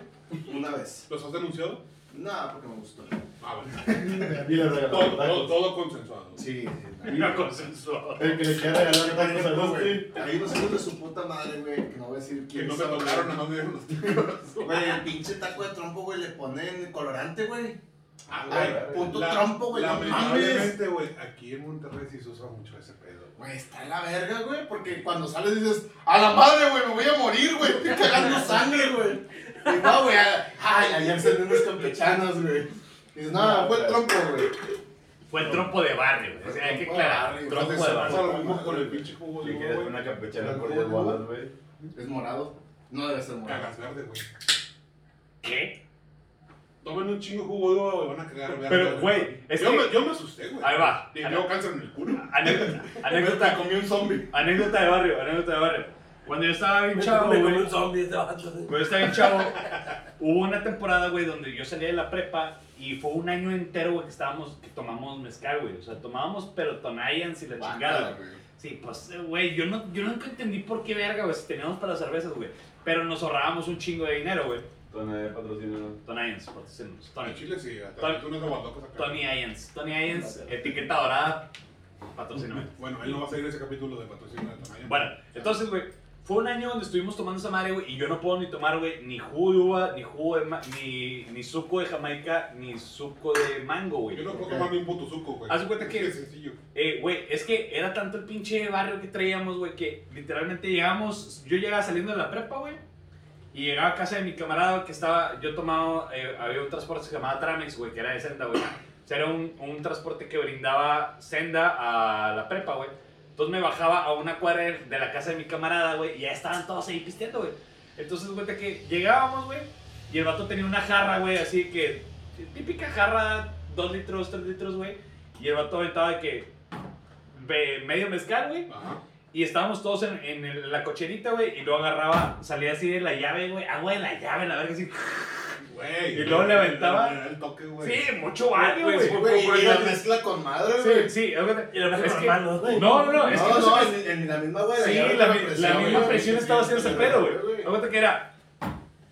una vez. ¿Los has denunciado? No, porque me gustó. Ah, vale. Y le regalaron Todo, todo, tacos. todo consensuado. Sí, sí, sí. No consensuado. El que le quiera regalar Por tacos a ejemplo, Gusti. güey, Hay unos hijos de su puta madre, güey, que no voy a decir Que quién no me son, güey. tocaron, nada más me dieron los tacos. Güey, el pinche taco de trompo, güey, le ponen colorante, güey. Ah, Ay, punto trompo, güey, no Lamentablemente, güey, aquí en Monterrey sí se usa mucho ese pedo. güey. Güey, está en la verga, güey, porque cuando sales dices, a la madre, güey, me voy a morir, güey, estoy cagando sangre, güey. Y no, güey, a- ay, ayer se unos campechanos, güey. Y dices, no, fue el trompo, güey. Fue trompo de barrio, o sea, hay que aclarar. Fue trompo de Trompo de barrio. Pasa barrio. lo mismo con el pinche jugo de Si quieres uva, una güey. campechana con las guamas, güey. Es morado. No debe ser morado. Cagas verde, güey. ¿Qué? Tomen un chingo de jugo de uva, güey, van a cagar verde. Pero, güey, es yo, que- me, yo me asusté, güey. Ahí va. Y yo cáncer en el culo. Anécdota, Me anécdota, comí un zombie. anécdota de barrio, anécdota de barrio. Cuando yo estaba bien chavo, me güey, comí un zombie este vato. güey. Cuando yo estaba bien chavo, hubo una temporada, güey, donde yo salía de la prepa y fue un año entero, güey, que estábamos, que tomamos mezcal, güey. O sea, tomábamos pero tonayans y la chingada. güey. Sí, pues, eh, güey, yo, no, yo nunca entendí por qué verga, güey, si teníamos para las cervezas, güey. Pero nos ahorrábamos un chingo de dinero, güey. Tona de patrocinio. Tonayans, patrocínanos, En Tony. Chile sí, hasta tú no te guardó acá. Tony Ayans. Tony Ayans, etiqueta dorada, patrocíname. Bueno, él no va a salir ese capítulo de patrocinio de tamaño. Bueno, entonces, güey, fue un año donde estuvimos tomando esa madre, güey, y yo no puedo ni tomar, güey, ni jugo de uva, ni jugo de ma- ni, ni suco de Jamaica, ni suco de mango, güey. Yo no puedo tomar ni un puto suco, güey. Haz de cuenta Es que- Es sencillo. Eh, güey, es que era tanto el pinche barrio que traíamos, güey, que literalmente llegamos, yo llegaba saliendo de la prepa, güey, y llegaba a casa de mi camarada que estaba, yo tomaba, eh, había un transporte que se llamaba Tramex, güey, que era de Senda, güey. O sea, era un, un transporte que brindaba Senda a la prepa, güey. Entonces me bajaba a una cuadra de de la casa de mi camarada, güey, y ya estaban todos ahí pisteando, güey. Entonces, güey, de que llegábamos, güey, y el vato tenía una jarra, güey, así que, típica jarra, dos litros, tres litros, güey. Y el vato aventaba de que ve- medio mezcal, güey. Ajá. Y estábamos todos en, en el- la cocherita, güey. Y luego agarraba, salía así de la llave, güey. Agua de la llave, la verga, así. Güey. Y luego le aventaba. Era el toque, güey. Sí, mucho barrio, güey. Güey, Güey, Por- por y la el- mezcla con madre, güey. Sí, sí. Y lo mejor Es con que- manos, güey. No, no, no. Es que No, no se no, me- en, en la misma güey. Sí, llave la, con mi- la güey. misma presión estaba haciendo ese pedo, güey. güey. Aguanta que era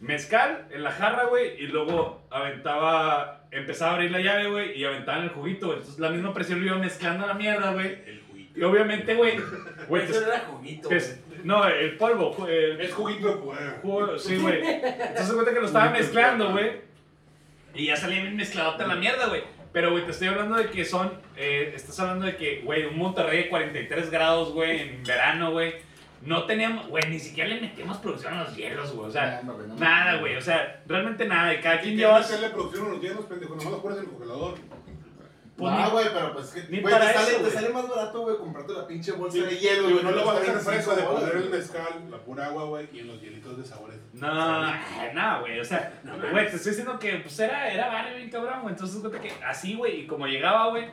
mezcal en la jarra, güey, y luego aventaba, empezaba a abrir la llave, güey, y aventaba en el juguito, güey. Entonces la misma presión lo iba mezclando a la mierda, güey. El juguito. Y obviamente, güey, güey, Eso te- era juguito. güey. te- no, el polvo, ju- el Es juguito de juego. jugo, sí, güey. Entonces se cuenta que lo estaba mezclando, güey. Y ya salía bien mezcladota la mierda, güey. Pero, güey, te estoy hablando de que son. eh, estás hablando de que, güey, un Monterrey de 43 grados, güey, en verano, güey. No teníamos. Güey, ni siquiera le metíamos producción a los hielos, güey. O sea, No, hombre, no, nada, no. güey. O sea, realmente nada. Y cada ¿Quién quien lleva a llevas. hacerle producción a los hielos, pendejo? Nomás los pones en el congelador. Pues ah, ni- güey, pero pues que. ni güey, para te, sale, eso, te güey. sale más barato, güey, comprarte la pinche bolsa de hielo, Digo, güey. no le vas a hacer gastar fresa de cinco poner bolas, el güey. mezcal, la pura agua, güey, y en los hielitos de sabores. No, no, güey, o sea, güey, te estoy diciendo que pues era, era barrio bien cabrón, güey. Entonces, cuenta que así, güey, y como llegaba, güey,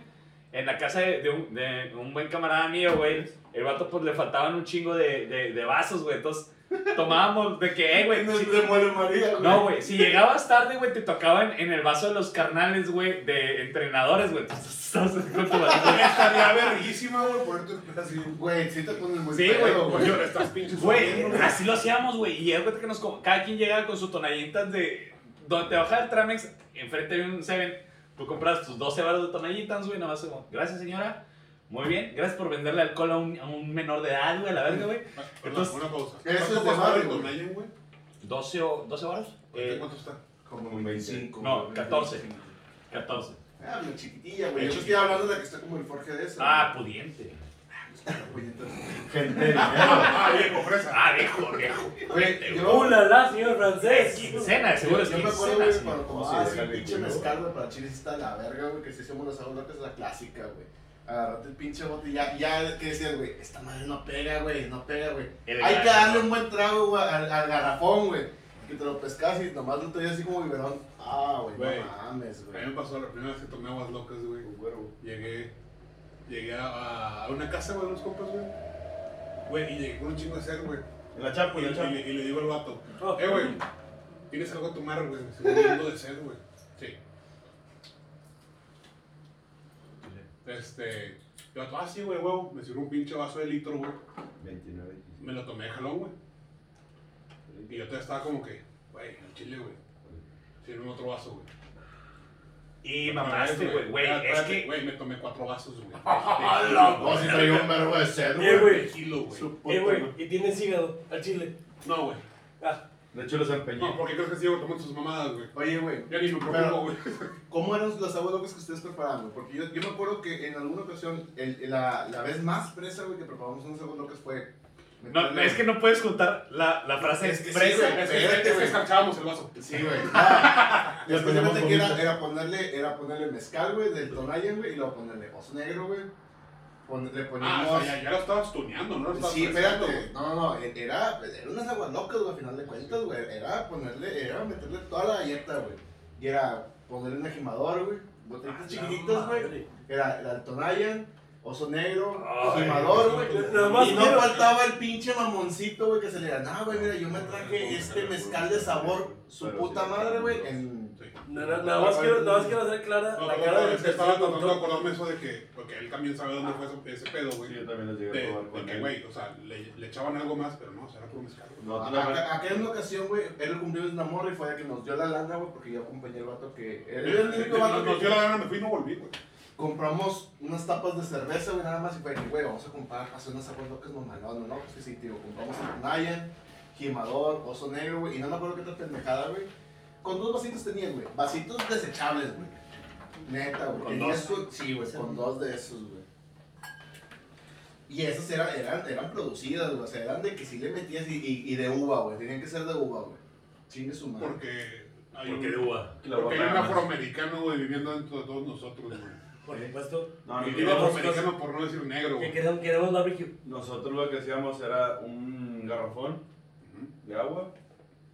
en la casa de, de un, de un buen camarada mío, güey, el vato pues le faltaban un chingo de, de, de vasos, güey. Entonces, tomábamos de que, eh, güey. No si- te muere María, güey. no, güey, si llegabas tarde, güey, te tocaban en el vaso de los carnales, güey, de entrenadores, güey. Entonces, estabas con tu vasito. Estaría verguísima, güey, ponerte así. Güey, sí te pones muy Sí, pedo, güey. Yo estas pinches. Güey, así lo hacíamos, güey. Y acuérdate que nos, com- cada quien llegaba con su tonallitas de. Donde te bajaba el Tramex, enfrente de un Seven, tú compras tus 12 baros de tonallitas, güey. Nada más como, gracias, señora. Muy bien, gracias por venderle alcohol a un, a un menor de edad, güey, a la verga, güey. Entonces, una pausa. Eso es de ¿Cuánto costaba barrio, el güey. Tonayan, güey? 12, o, 12 baros. Eh, ¿Cuánto está? Como 25. no, güey. 14. 14. Ah, mi chiquitilla, güey. Yo Sí. estoy hablando de la que está como el forje de esa. Ah, pudiente. güey, entonces. Gente de dinero. Ah, viejo, fresa. Ah, viejo, viejo. Güey, yo. ¡Uh, la la, señor francés! Quincena, de seguro es Yo me acuerdo, güey, quincena. cuando ¿Cómo tomaba se así deja el de pinche culo? mezcal, Ah, güey, para Chile sí está la verga, güey, que se hicimos las aguas locas, la clásica, güey. Agarrate el pinche bote y ya, ya que decías, güey, esta madre no pega, güey, no pega, güey. El Hay que garrafón. darle un buen trago güey, al, al garrafón, güey. Que te lo pescas y nomás lo traías así como biberón. Ah, güey, Güey. no mames, A mí güey. me pasó la primera vez que tomé aguas locas, güey. Güero. Llegué, llegué a, a una casa, güey, de unos compas, güey. Güey, y llegué con un chingo de sed, güey. En la Ah, chapa, Y, en le- y la chapa. le- y le digo al vato, Oh. eh, güey, ¿tienes algo a tomar, güey? Se me dio de sed, güey. Sí. Este, el vato, ah, sí, güey, huevo. Me sirvió un pinche vaso de litro, güey. 29. Me lo tomé de jalón, güey. Y yo todavía estaba como que, güey, al chile, güey. Sirve otro vaso, güey. Y mamaste, güey. Güey, Ah, Espérate, es espérate, que. Güey, me tomé cuatro vasos, güey. No, si traigo un verbo de sed, Eh, güey. güey. De kilo, güey. Eh, güey, y tienen hígado al chile. No, güey. Ah, De hecho, los empeñé. No, ¿por qué crees que sigo tomando sus mamadas, güey? Oye, güey, Ya ni me Pero- preocupo, güey. ¿Cómo eran las aguas locas que ustedes preparaban, güey? Porque yo, yo me acuerdo que en alguna ocasión, el- la, la vez más presa, güey, que preparamos unas aguas locas fue No, es que no puedes juntar la, la frase Es que sí, expresa. güey. Es que- Espérate, es que güey. escarchábamos el vaso. Sí, güey. Ah, Ya Especialmente tenemos que era, poquito. era ponerle, era ponerle mezcal, güey, del Tonayan, güey, y luego ponerle oso negro, güey. Pon- le Ah, poníamos. o sea, ya, ya lo estabas tuneando, ¿no? Lo estabas Sí, prestando, espérate. No, no, no. Era, era unas aguas locas, güey, al final de cuentas, güey. Era ponerle, era meterle toda la galleta, güey. Y era ponerle un ajimador, güey. Ah, Botellitas chiquititas, güey. Era el Altonayan, Oso Negro, Ay, Sumador, güey. güey. Nada más Y no quiero- faltaba el pinche mamoncito, güey, que se le ganaba, güey. Mira, yo me traje este mezcal de sabor, su Pero puta sí, madre, güey. sí. en- Sí. Nada, nada más quiero, nada más quiero hacer clara No, la no, cara no, del es que estaba tercer tratando de control. acordarme eso de que, porque él también sabe dónde fue ese, ese pedo, güey. Sí, yo De, también les llegué a probar de con que, él. güey, o sea, le, le echaban algo más, pero no, o sea, era puro mezcal. güey. No, A- tú también- a- Aquella una ocasión, güey, era el cumpleaños de una morra y fue la que nos dio la lana, güey, porque yo acompañé al vato que. Era el único vato Nos dio que la gana, me fui y Este, no volví, güey. compramos unas tapas de cerveza, güey, nada más. Y fue que, güey, vamos a comprar, hacer unas aguas locas mamalonas, ¿no? Pues sí, tío, compramos Altonayan, Jimador, Oso Negro, güey, y no me acuerdo qué otra pendejada, güey. Con dos vasitos tenían, güey, vasitos desechables, güey. Neta, güey. ¿Con Tenía dos? su- sí, güey, con dos de esos, güey. Y esas eran, eran, eran producidas, güey. O sea, eran de que sí le metías y, y, y de uva, güey. Tenían que ser de uva, güey. Chingue su madre. Porque hay Porque de un, uva. la porque hay barra- un afroamericano, güey, viviendo dentro de todos nosotros, güey. Por supuesto, Ah, No, Y no, digo no. afroamericano por no decir negro, que güey. queremos, queremos barbecue. Nosotros lo que hacíamos era un garrafón de agua,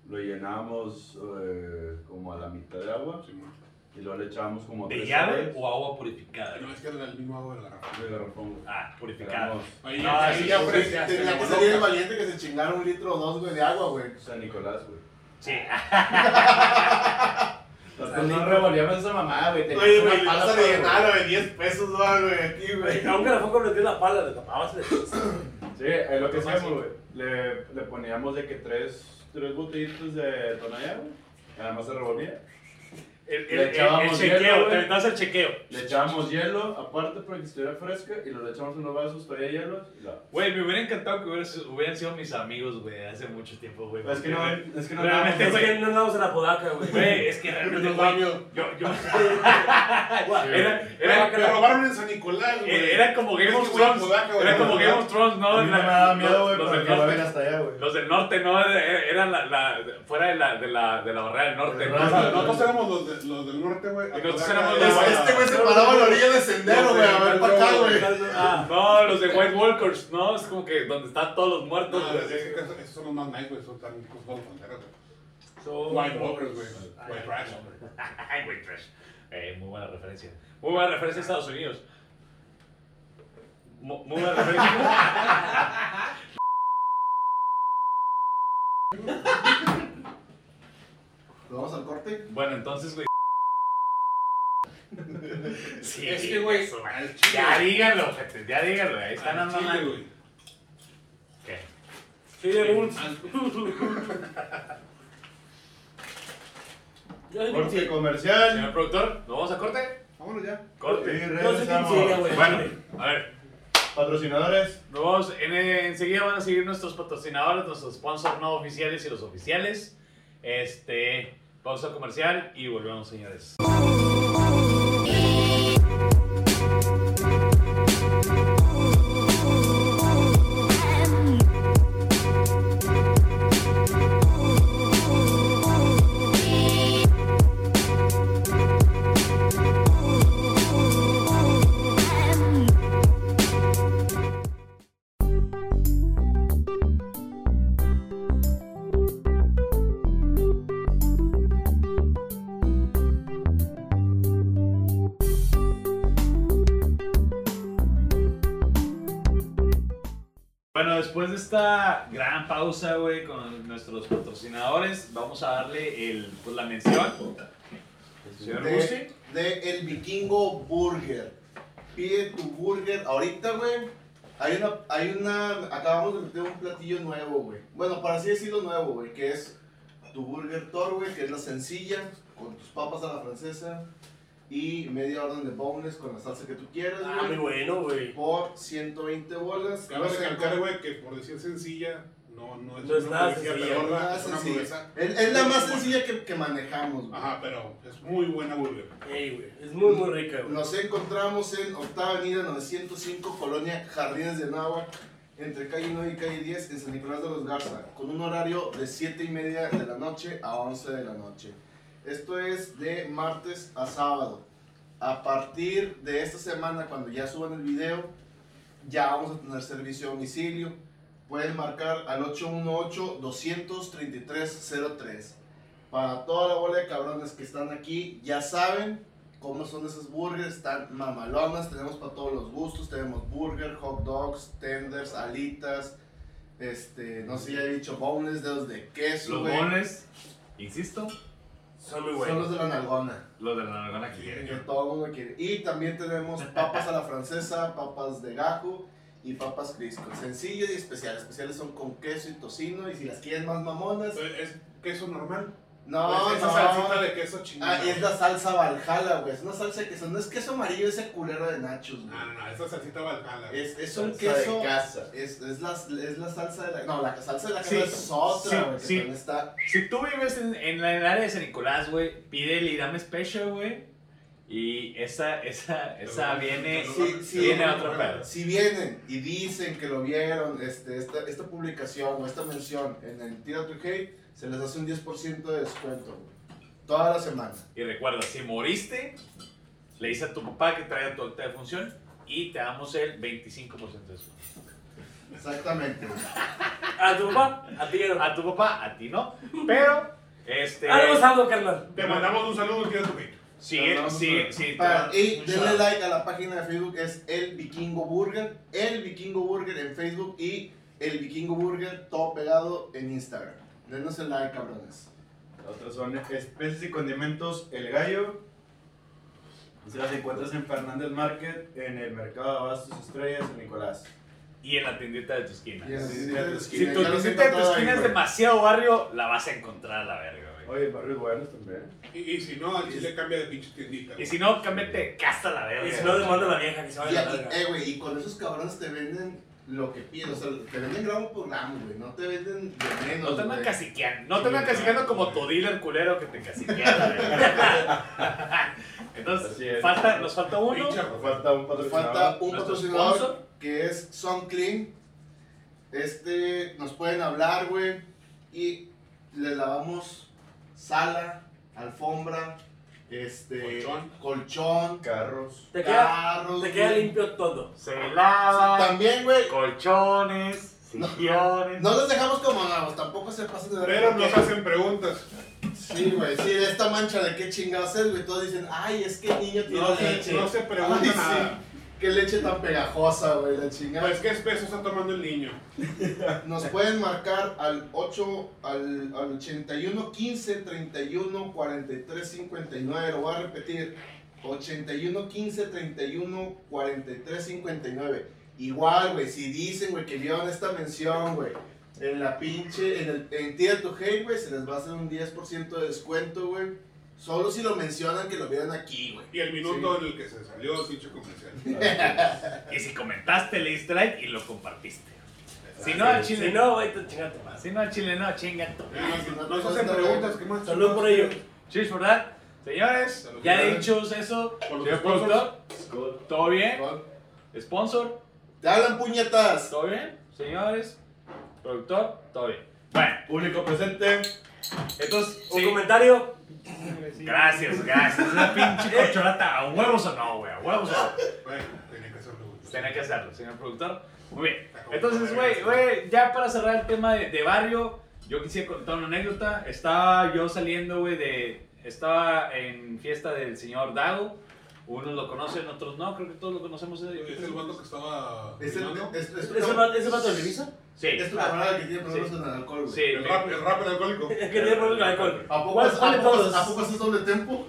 lo llenábamos eh, como a la mitad de agua Ujú, Simón. y luego le echábamos como ¿De tres llave cervezas o agua purificada? No, es que era el mismo agua de la garrafa. de garrafón. güey. Ah, purificada. Éramos Ahí, No, ahí sí, ya sí, apreciaste. Tenía que güey. salir el valiente que se chingara un litro o dos, güey, de agua, güey. San Nicolás, güey. Sí. ah, Nosotros no revolvíamos esa mamada, güey. teníamos Oye, una güey, pala pasa para de llenar, güey, 10 pesos, va, güey, aquí, güey. Aunque la fue convertir la pala, le tapabas el Sí, es lo que Lo más hacíamos, güey. Le, le poníamos de que tres, tres botellitos de tonalla, güey. Nada más se revolvía. El, el, Le el- echábamos el hielo, chequeo, güey. te das el chequeo. Le echábamos hielo aparte para que estuviera fresca y lo le echamos en los vasos, todavía hielos. Y la... Güey, me hubiera encantado que hubieras- hubieran sido mis amigos, güey, hace mucho tiempo, güey. Es que no, es que no. Realmente, Es andábamos- que no andamos en la podaca, güey. Güey, es que realmente, Los güey, baños. yo, yo, Era- Ah, era, Era era, que lo robaron en San Nicolás, güey. eh, era como Game Es of que fue la Thrones, podaca, güey, era como la Game podaca. of Thrones, ¿no? A mí me daba miedo, güey, Los para del que lo norte, ven hasta allá, güey. los del norte, ¿no? Era- Eran la, la, fuera de la, de la, de la barrera del norte. O sea, ¿no? Nosotros éramos los, de- los del norte, güey. Y nosotros Apodaca éramos era- los- era- Este güey se paraba a la orilla del sendero, güey, a ver para acá, güey. Ah, No, los de White Walkers, ¿no? Es como que donde están todos los No, muertos. pues, güey. es Ah, que esos esos son los más nice, güey. Son tan ricos todos los fronteras, son- güey. White Walkers, güey. Oh, Ay, White Trash. Ay, güey, trash. Eh, muy buena referencia. Muy buena referencia a Estados Unidos. Mu- Muy buena referencia. ¿Lo vamos al corte? bueno, entonces, güey. Sí, Es que, güey, eso. al Ya chile. díganlo, gente, ya díganlo. Ahí están Al andando Ah, chile, mal. güey. ¿Qué? Sí, de Bulls. Yo digo Corte que- comercial. Señor productor, ¿nos vamos a corte? Vámonos ya. Corte Corte. y No sé quién sigue, regresamos. güey. Bueno, a ver. Patrocinadores. Nos vamos- en- eh, enseguida van a seguir nuestros patrocinadores, nuestros sponsors no oficiales y los oficiales. Este, pausa comercial y volvemos, señores. Bueno, después de esta gran pausa, güey, con nuestros patrocinadores, vamos a darle el, pues, la mención. Señor Busti. De, de El Vikingo Burger. Pide tu burger ahorita, güey. Hay una, hay una, acabamos de meter un platillo nuevo, güey. Bueno, para así decirlo nuevo, güey, que es tu burger Thor, güey, que es la sencilla, con tus papas a la francesa y media orden de boneless con la salsa que tú quieras, Ah, muy güey. bueno, güey. Por 120 bolas. Cabe No sé recalcar, cómo- güey, que por decir sencilla, no, no es No es nada hamburguesa sencilla, pedorra, Nada es una sencilla. hamburguesa. Es, es la muy más buena. sencilla que, que manejamos, güey. Ajá, pero es muy buena burger. Ey, güey. Es muy, muy rica, güey. Nos encontramos en Octava Avenida 905, Colonia Jardines de Nahua, entre calle 9 y calle 10 en San Nicolás de los Garza, con un horario de 7 y media de la noche a 11 de la noche. Esto es de martes a sábado. A partir de esta semana, cuando ya suban el video, ya vamos a tener servicio a domicilio. Pueden marcar al 818-233-03. Para toda la bola de cabrones que están aquí, ya saben cómo son esas burgers. Están mamalonas, tenemos para todos los gustos. Tenemos burger, hot dogs, tenders, alitas. Este, no sé, ya he dicho bones, dedos de queso. Los güey. bones, insisto, Son muy Son buenos. los de la nalgona. los de la naranja quieren. Que todo el mundo quiere. Y también tenemos papas a la francesa, papas de gajo y papas Crisco. Sencillas y especiales. Especiales son con queso y tocino. Y si las quieren más mamonas. Entonces, ¿Es queso normal? No, es Pues, esa no. salsita de queso chingada. Ah, y es la salsa Valhalla, güey. Es una salsa que son- no es queso amarillo, es el culero de nachos, güey. No, no, no, esa salsita Valhalla. güey. Es, es un Salsa de queso. casa. Es, es, la, es la salsa de la. No, la salsa de la casa Sí, es otra, sí, güey. sí. que también está. Si tú vives en, en la- en el área de San Nicolás, güey, pídele y dame special, güey. Y esa, esa, esa viene, Sí, sí. viene a otro pedo. Si vienen y dicen que lo vieron, este, esta, esta publicación o esta mención en el Tira tu Hate, se les hace un 10% de descuento, güey. Toda la semana. Y recuerda, si moriste, le dices a tu papá que traiga tu acta de función y te damos el 25% de eso. Exactamente. güey. A tu papá, a ti, a A tu papá, a ti no, pero este Algo es algo, carnal. Te mandamos un saludo, tira tu pito. sigue, Pero no, sigue, no. sigue. Para- Ah, y un denle shout. like a la página de Facebook, es El Vikingo Burger. El Vikingo Burger en Facebook y El Vikingo Burger todo pegado en Instagram. Denos el like, cabrones. Las otras son especies y condimentos El Gallo. Se las encuentras en Fernández Market, en el mercado de Abastos Estrellas, en Nicolás. Y en la tiendita de tu esquina. Y en la tiendita de tu Si esquina, tu ya los he tiendita de tu encontrado ahí, esquina es güey. demasiado barrio, la vas a encontrar a la verga, güey. Oye, barrios buenos también. Y, y si no, al chile cambia de pinche tiendita. Y güey. si no, cámbiate de casa a la verga. Y si no, demanda a la vieja que se Y, vaya a la aquí, verga. eh, güey, y con esos cabrones te venden lo que pides. O sea, te venden gramo por gramo, güey. No te venden de menos. No te andan güey. caciqueando. No te andan caciqueando como tu dealer culero que te caciquea. la verga. Así Entonces, es. falta, nos falta uno. Pinche Nos falta un Nos patrocinador. falta un Nuestro patrocinador sponsor. que es Sun Clean. Este, nos pueden hablar, güey. Y le lavamos sala, alfombra, este, Colchón. colchón, Carros. Te queda, ah, carros. te queda güey. limpio todo. Se lava. También, güey. Colchones. No. Sillones. No los dejamos como nuevos, tampoco se pasen de Pero porque- nos hacen preguntas. Sí, güey, sí, de esta mancha de qué chingados es, güey. Todos dicen, ay, es que el niño tiene No leche. se, no se Ay, pregunta nada. sí. Qué leche tan pegajosa, güey, la chingada. Pues, ¿qué espeso está tomando el niño? Nos pueden marcar al 8 al, al 81 15 31 43 59. Lo voy a repetir. 81 15 31 43 59. Igual, güey, si dicen, güey, que vieron esta mención, güey, en la pinche, en el en Tira tu Hate, güey, se les va a hacer un 10% de descuento, güey. Solo si lo mencionan que lo vieron aquí, güey. Y el minuto en el que se salió el pinche comercial. Y si comentaste, le diste like y lo compartiste. Si no, al Así es. chile Si no, vete a chingar a tu madre. Si no, al chile no, chinga tú. Nos, nos hacen preguntas, ¿qué más? Salud por ello. Cheers, ¿verdad? Señores, Salud, ya señores. dichos eso. Por los Señor sponsors. productor, ¿todo bien? ¿Sponsor? ¡Te hablan puñetas! ¿Todo bien, señores? ¿Productor? ¿Todo bien? Bueno, Público presente. entonces, Un sí, comentario. gracias, gracias. Una pinche corcholata, a huevos o no, güey, a huevos o no. Bueno, tenía que hacer preguntas. pues, Tenía que hacerlo, señor productor. Muy bien. Entonces, güey, güey, ya para cerrar el tema de, de barrio, yo quisiera contar una anécdota. Estaba yo saliendo, güey, de... Estaba en fiesta del señor Dago. Unos lo conocen, otros no. Creo que todos lo conocemos. ¿Es el vato que estaba. Es el, fumando? es, es, ¿Ese vato ese vato de Ibiza? Sí. Es tu camarada que tiene problemas Sí. con el alcohol, güey. Sí, El me- rap, el rap, el alcohólico. Es que tiene problemas con el alcohol. ¿A poco, ¿Cuál- es, cuál a, de poco es, todos? ¿A poco es doble tempo?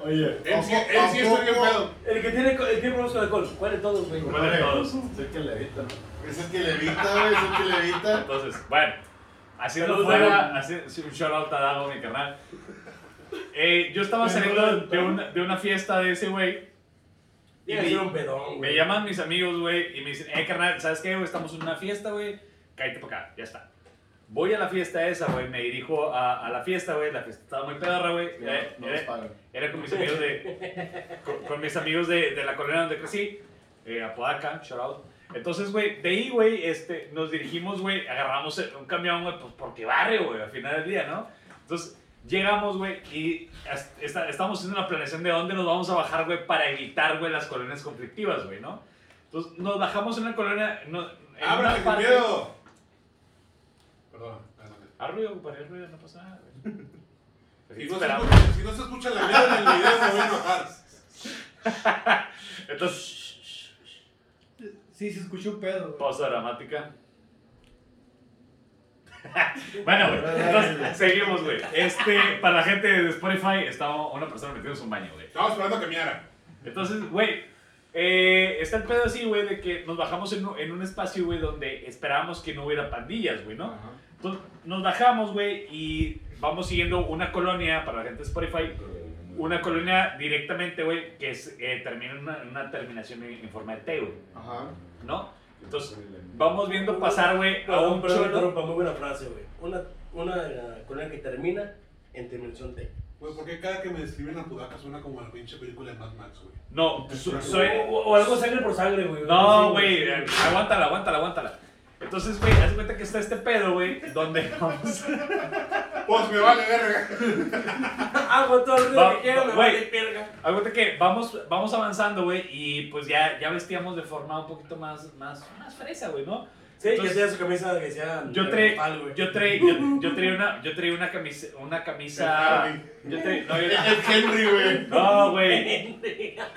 Oye. Él sí, él sí está bien pedo. El que tiene, el que tiene problemas con el alcohol. ¿Cuál de todos, güey? ¿Cuál de todos? Sé que levita. Ese es que levita, güey, ese es que levita. Entonces, bueno, haciendo Saludos, fuera, Dago. así, sí, un shout out a Dago, mi carnal. Eh, yo estaba saliendo de una, de una fiesta de ese güey. Y Tiene que ser me, un pedón, me güey. llaman mis amigos, güey, y me dicen, eh, carnal, ¿sabes qué, güey? Estamos en una fiesta, güey. Cállate para acá, ya está. Voy a la fiesta esa, güey. Me dirijo a, a la fiesta, güey. La fiesta estaba muy pedorra, güey. Eh, No, no eh, nos pagan. era con mis amigos de. con, con mis amigos de, de la colonia donde crecí. Eh, Apodaca, shout out. Entonces, güey, de ahí, güey, este, nos dirigimos, güey, agarramos un camión, güey, pues porque barre, güey, al final del día, ¿no? Entonces, llegamos, güey, y as- está- estamos haciendo una planeación de dónde nos vamos a bajar, güey, para evitar, güey, las colonias conflictivas, güey, ¿no? Entonces, nos bajamos en una colonia... No, en ¡Ábrate una con parte- miedo! Perdón, adelante. Ah, ruido, compadre, ruido, no pasa nada, güey. Si no, se Esperamos. escucha, si no se escucha la mierda en el video, me voy a enojar. Entonces, Sí, se escucha un pedo, güey. pausa dramática. bueno, güey, entonces seguimos, güey. Este, para la gente de Spotify, estaba una persona metida en su baño, güey. Estamos esperando que miara. Entonces, güey, eh, está el pedo así, güey, de que nos bajamos en, un- en un espacio, güey, donde esperábamos que no hubiera pandillas, güey, ¿no? Entonces, nos bajamos, güey, y vamos siguiendo una colonia, para la gente de Spotify, una colonia directamente, güey, que es, eh, termina en una, en una terminación en, en forma de T, güey, Ajá. ¿no? Entonces, vamos viendo pasar, güey, a Perdón, un perdón, cholo. interrumpa, muy buena frase, güey. Una, una colonia que termina en terminación T. Güey, ¿por qué cada que me describen a Pudaca suena como la pinche película de Mad Max, güey? No, su- soy... O, o algo sangre por sangre, güey. No, Sí, güey, sí, eh, aguántala, aguántala, aguántala. Entonces, güey, haz de cuenta que está este pedo, güey, donde vamos... Pues me vale verga. Hago todo el ruido Va- que quiera, me güey. vale verga. Acuérdate que vamos, vamos avanzando, güey, y pues ya, ya vestíamos de forma un poquito más, más, más fresa, güey, ¿no? Sí, Entonces, que sea su camisa que sea. Yo traí, normal, güey. yo traí, yo, yo traí una, yo traí una camisa, una camisa, yo traí, no, yo- El Henry, güey. no, güey,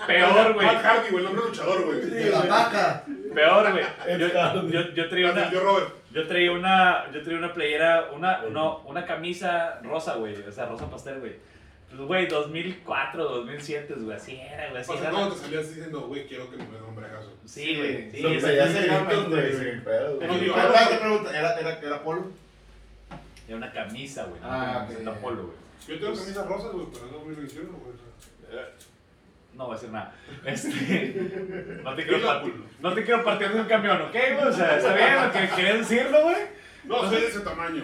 peor, güey, Matt Hardy, güey, el hombre luchador, güey. De la vaca. peor, güey, yo, yo, yo traí una, Yo, Robert. yo traí una, yo traí una playera, una, no, una camisa rosa, güey, o sea, rosa pastel, güey, pues, güey, 2004, 2007, güey, así era, güey, así Pasa era, todo, te salías diciendo, güey, quiero que me den un bregazo. sí, güey, sí, Lo esa- pedías sí, en sí, Hampton, güey, sí. sin pedo, güey. No, digo, Pero, espérate, pregunta, ¿Era, era, era polo? Era una camisa, güey. Ah, una ok. camiseta polo, güey. Yo tengo camisas rosas, güey, pero no me lo hicieron, güey. No voy a decir nada. Este, no, te quiero Dilo, partir, culo. no te quiero partir de un camión, ¿ok? güey? O sea, está bien lo que querías decirlo, güey. No, soy de ese tamaño.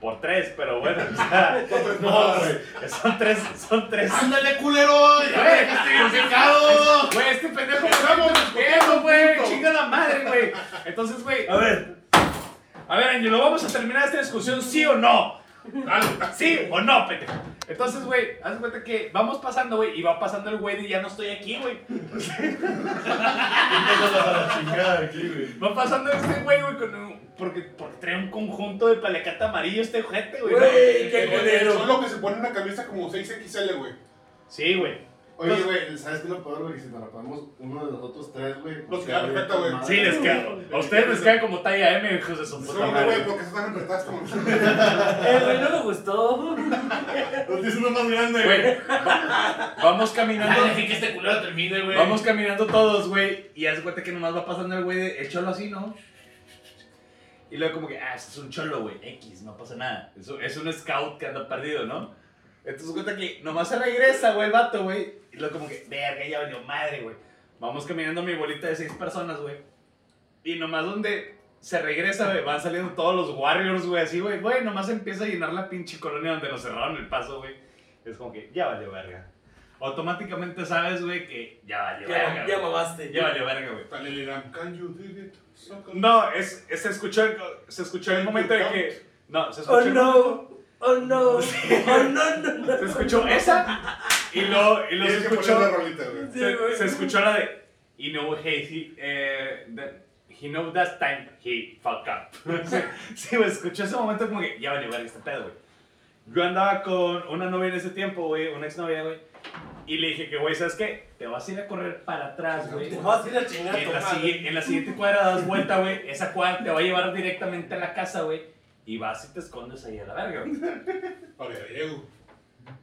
Por tres, pero bueno, o sea, No, güey. son tres, son tres. ¡Ándale, culero! ¡Ya me dejaste bien picado! Ah, este Güey, este pendejo me está Estamos golpeando, güey. punto. Chinga la madre, güey. Entonces, güey, A ver, a ver, Angelo, ¿vamos a terminar esta discusión sí o no? Dale. ¿Sí o no, pendejo? Entonces, güey, haz de cuenta que vamos pasando, güey, y va pasando el güey y ya no estoy aquí, güey. Chingada aquí, güey. Va pasando este güey, güey, con un- porque, porque trae un conjunto de palacata amarillo este ojete, güey. ¿no? güey, qué culero. Eh, Solo que se pone una camisa como 6XL, güey. Sí, güey. Oye, güey, ¿sabes qué es lo peor, güey? Que si nos la ponemos uno de nosotros tres, güey. pues Pues Nos queda perfecto, güey. Sí, les queda. A ustedes les queda como talla M, hijos de su puta Solo que, güey, madre. porque se están apretadas como. El Eh, güey no le gustó. Nos dice uno más grande, Güey, va- vamos caminando. que este culero termine, güey. Vamos caminando todos, güey. Y haz de cuenta que nomás va pasando el güey, de- el cholo así, ¿no? Y luego como que, ah, es un cholo, güey. X, no pasa nada. Es, un- es un scout que anda perdido, ¿no? Entonces cuenta que nomás se regresa, güey, el vato, güey. Y luego como que, verga, ya valió madre, güey. Vamos caminando mi bolita de seis personas, güey. Y nomás donde se regresa, güey, van saliendo todos los Warriors, güey, así, güey. Güey, nomás empieza a llenar la pinche colonia donde nos cerraron el paso, güey. Es como que, ya valió verga. Automáticamente sabes, güey, que ya valió verga. Ya, ya güey. mamaste. Ya valió verga, güey. Dale, le dan, can you dig it? Suck on- No, es, es- se escuchó el, se escuchó el momento de que. No, se escuchó. Oh el no, momento- oh no, oh no, no, no. Se escuchó esa. Y luego y luego se Tienes que poner la escuchó. rolita, güey. Sí, güey. Se, se escuchó la de. You know, hey, he, eh, that- he know that time he fucked up. sí, güey, escuchó ese momento como que ya valió verga este pedo, güey. Yo andaba con una novia en ese tiempo, güey, una exnovia, güey. Y le dije que, güey, ¿sabes qué? Te vas a ir a correr para atrás, güey. Te vas a ir a chingar a En tu la, madre. sigui- en la siguiente cuadra das vuelta, güey. Esa cuadra te va a llevar directamente a la casa, güey. Y vas y te escondes ahí a la verga, güey. Ahora ya llego.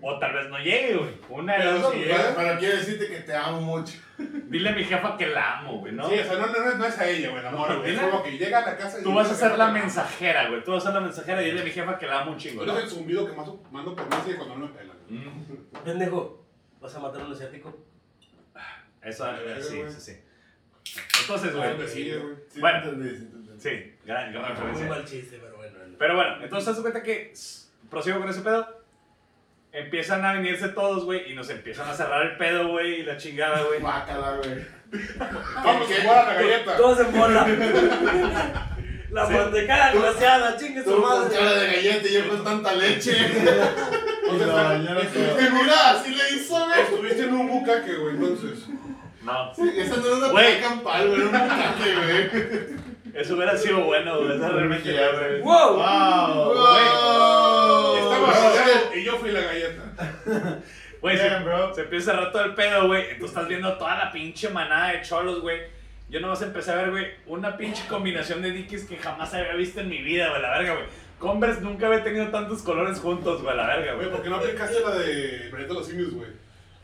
O tal vez no llegue, güey. Una de Pero las dos. sí, güey. Pero, pero quiero decirte que te amo mucho. Dile a mi jefa que la amo, güey, ¿no? Sí, o sea, no, no, no, no es a ella, güey, el amor, güey. Es ¿Dile? como que llega a la casa y. Tú vas a ser la mensajera, güey. Tú vas a ser la mensajera y dile a mi jefa que la amo un Tú chingo, ¿no? eres el zumbido que más mando por mensaje cuando no me pelan. güey. Mm, Pendejo, ¿vas a matar a un asiático? Eso, Verga, sí, güey. sí, sí. Entonces, Ah, güey. pues sí, güey. Sí, Bueno. te entendí, sí, Ah, te entendí. Ah, Sí, gran, gran Muy referencia. mal chiste, pero bueno. Pero bueno, entonces haz de cuenta que s- prosigo con ese pedo. Empiezan a venirse todos, güey, y nos empiezan a cerrar el pedo, güey, y la chingada, güey. Guácala, güey. Vamos a jugar a la galleta. Todos en bola. La mantecada glaseada, chingue su Tú con madre. cara de galleta y yo con tanta leche. Y la bañaron toda. Y mira, así le hizo, güey. Estuviste en un bucaque, güey, entonces. No, Esa no era una Güey. pelea campal, güey, era un bucaque, güey. eso hubiera sido bueno, güey. Eso realmente Ya, ya, güey. ¡Wow! Wow, Wow. Estaba jugando y yo fui la galleta. Güey, Damn, se- bro. se empieza a cerrar todo el pedo, güey. Tú estás viendo toda la pinche manada de cholos, güey. Yo nomás empecé a ver, güey, una pinche combinación de dickies que jamás había visto en mi vida, güey, la verga, güey. Converse nunca había tenido tantos colores juntos, güey, la verga, Güey, güey. porque no aplicaste la de Planeta de los Simios, güey.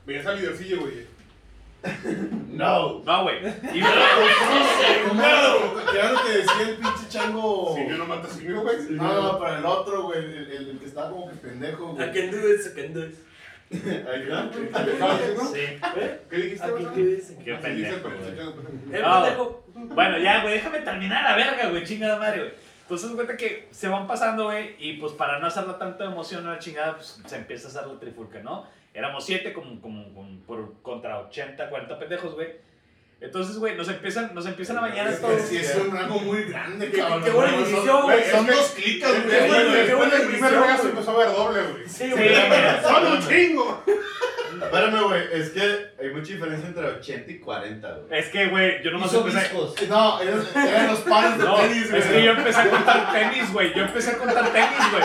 Veías al lidercillo, güey. No. No, güey. Y ¿Cómo era lo- qué era lo que decía el pinche chango? Simio no mata simio, güey. No, no, para el otro, güey, el, el- el que estaba como que pendejo, I güey. can do it, I can do it. Ahí ¿Te dejaste, no? Sí. ¿Qué I dijiste, güey? can do it. I can do it. Qué Así dice el pendejo, güey. pendejo. Eh, ¿Eh? Ah. pendejo. Bueno, ya, güey, déjame terminar la verga, güey, chingada madre, güey. Entonces, cuenta que se van pasando, güey, y pues para no hacerla tanto emoción a la chingada, pues se empieza a hacer la trifulca, ¿no? Éramos siete como, como, como por, contra 80, 40 pendejos, güey. Entonces, güey, nos empiezan, nos empiezan a bañar a Es que todos. sí, es un rango muy grande, Qué- cabrón. qué buena Son- división, güey, güey. Son Es que- dos clicas, Qué güey. bueno, Qué después buena del primer división, regazo güey. empezó a ver doble, güey. Sí, Sí, güey. güey. ¡Son un chingo! Espérame, güey, es que hay mucha diferencia entre 80 y 40, güey. Es que, güey, yo nomás Hizo empecé. discos. No, eran, eran los pares de No, tenis, güey. es que yo empecé a contar tenis, güey. Yo empecé a contar tenis, güey.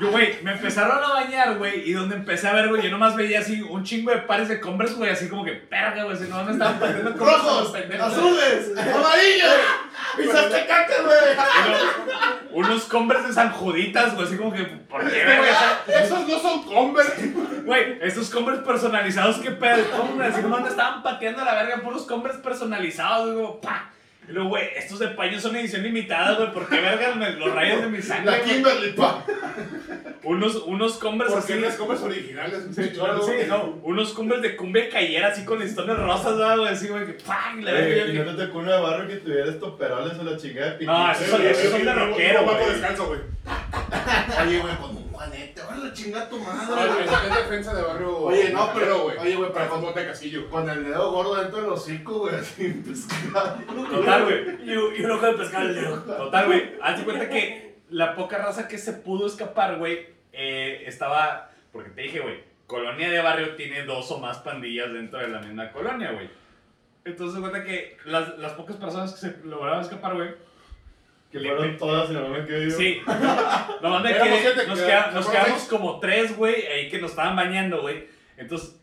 Yo, güey, me empezaron a bañar, güey. Y donde empecé a ver, güey, yo nomás veía así un chingo de pares de Converse, güey. Así como que, perga, güey. Si no me estaban perdiendo Converse a los Rojos, pendejos. azules, amarillos. Pisaste caca, güey. Uno- unos Converse de San Juditas, güey. Así como que, ¿por qué, Güey, güey? Esos no son Converse. Güey, esos Converse personalizados, qué pedo. Converse, así como me estaban pateando a la verga. Puros Converse personalizados, güey. pa. Y luego, güey, estos de paño son edición limitada, güey. ¿Por qué, verga, me- los rayos de mi sangre? La güey? Kimberly, pa. Unos, unos Converse Porque así- no es Converse originales. un Sí, chicholo, sí, güey. no, unos cumbres de cumbia cayera así con listones rosas, ¿verdad, güey, así, güey, que ¡pam! La verga, Güey, ¿Y yo- no te tocó uno de barro que tuvieras toperales o la chingada de No, piquete, esos son- güey? esos son de rockero, Un güey. descalzo, güey. Oye, güey, pues, con un guanete, ahora la chinga tu madre, güey. Es defensa de barrio. Oye, no, pero- güey. oye, güey, para pero- Fonte de Castillo. Con el dedo gordo dentro del hocico, güey, así pescado. Total, güey. Y un y un ojo de pescado en el dedo. Total, güey. Haz de cuenta que la poca raza que se pudo escapar, güey, eh, estaba. Porque te dije, güey, colonia de barrio tiene dos o más pandillas dentro de la misma colonia, güey. Entonces, haz de cuenta que las, las pocas personas que se lograron escapar, güey. Que fueron todas en el momento que yo. Sí. Lo más de Éramos que siete, nos, que- queda- que nos fueron quedamos como tres, güey, ahí que nos estaban bañando, güey. Entonces,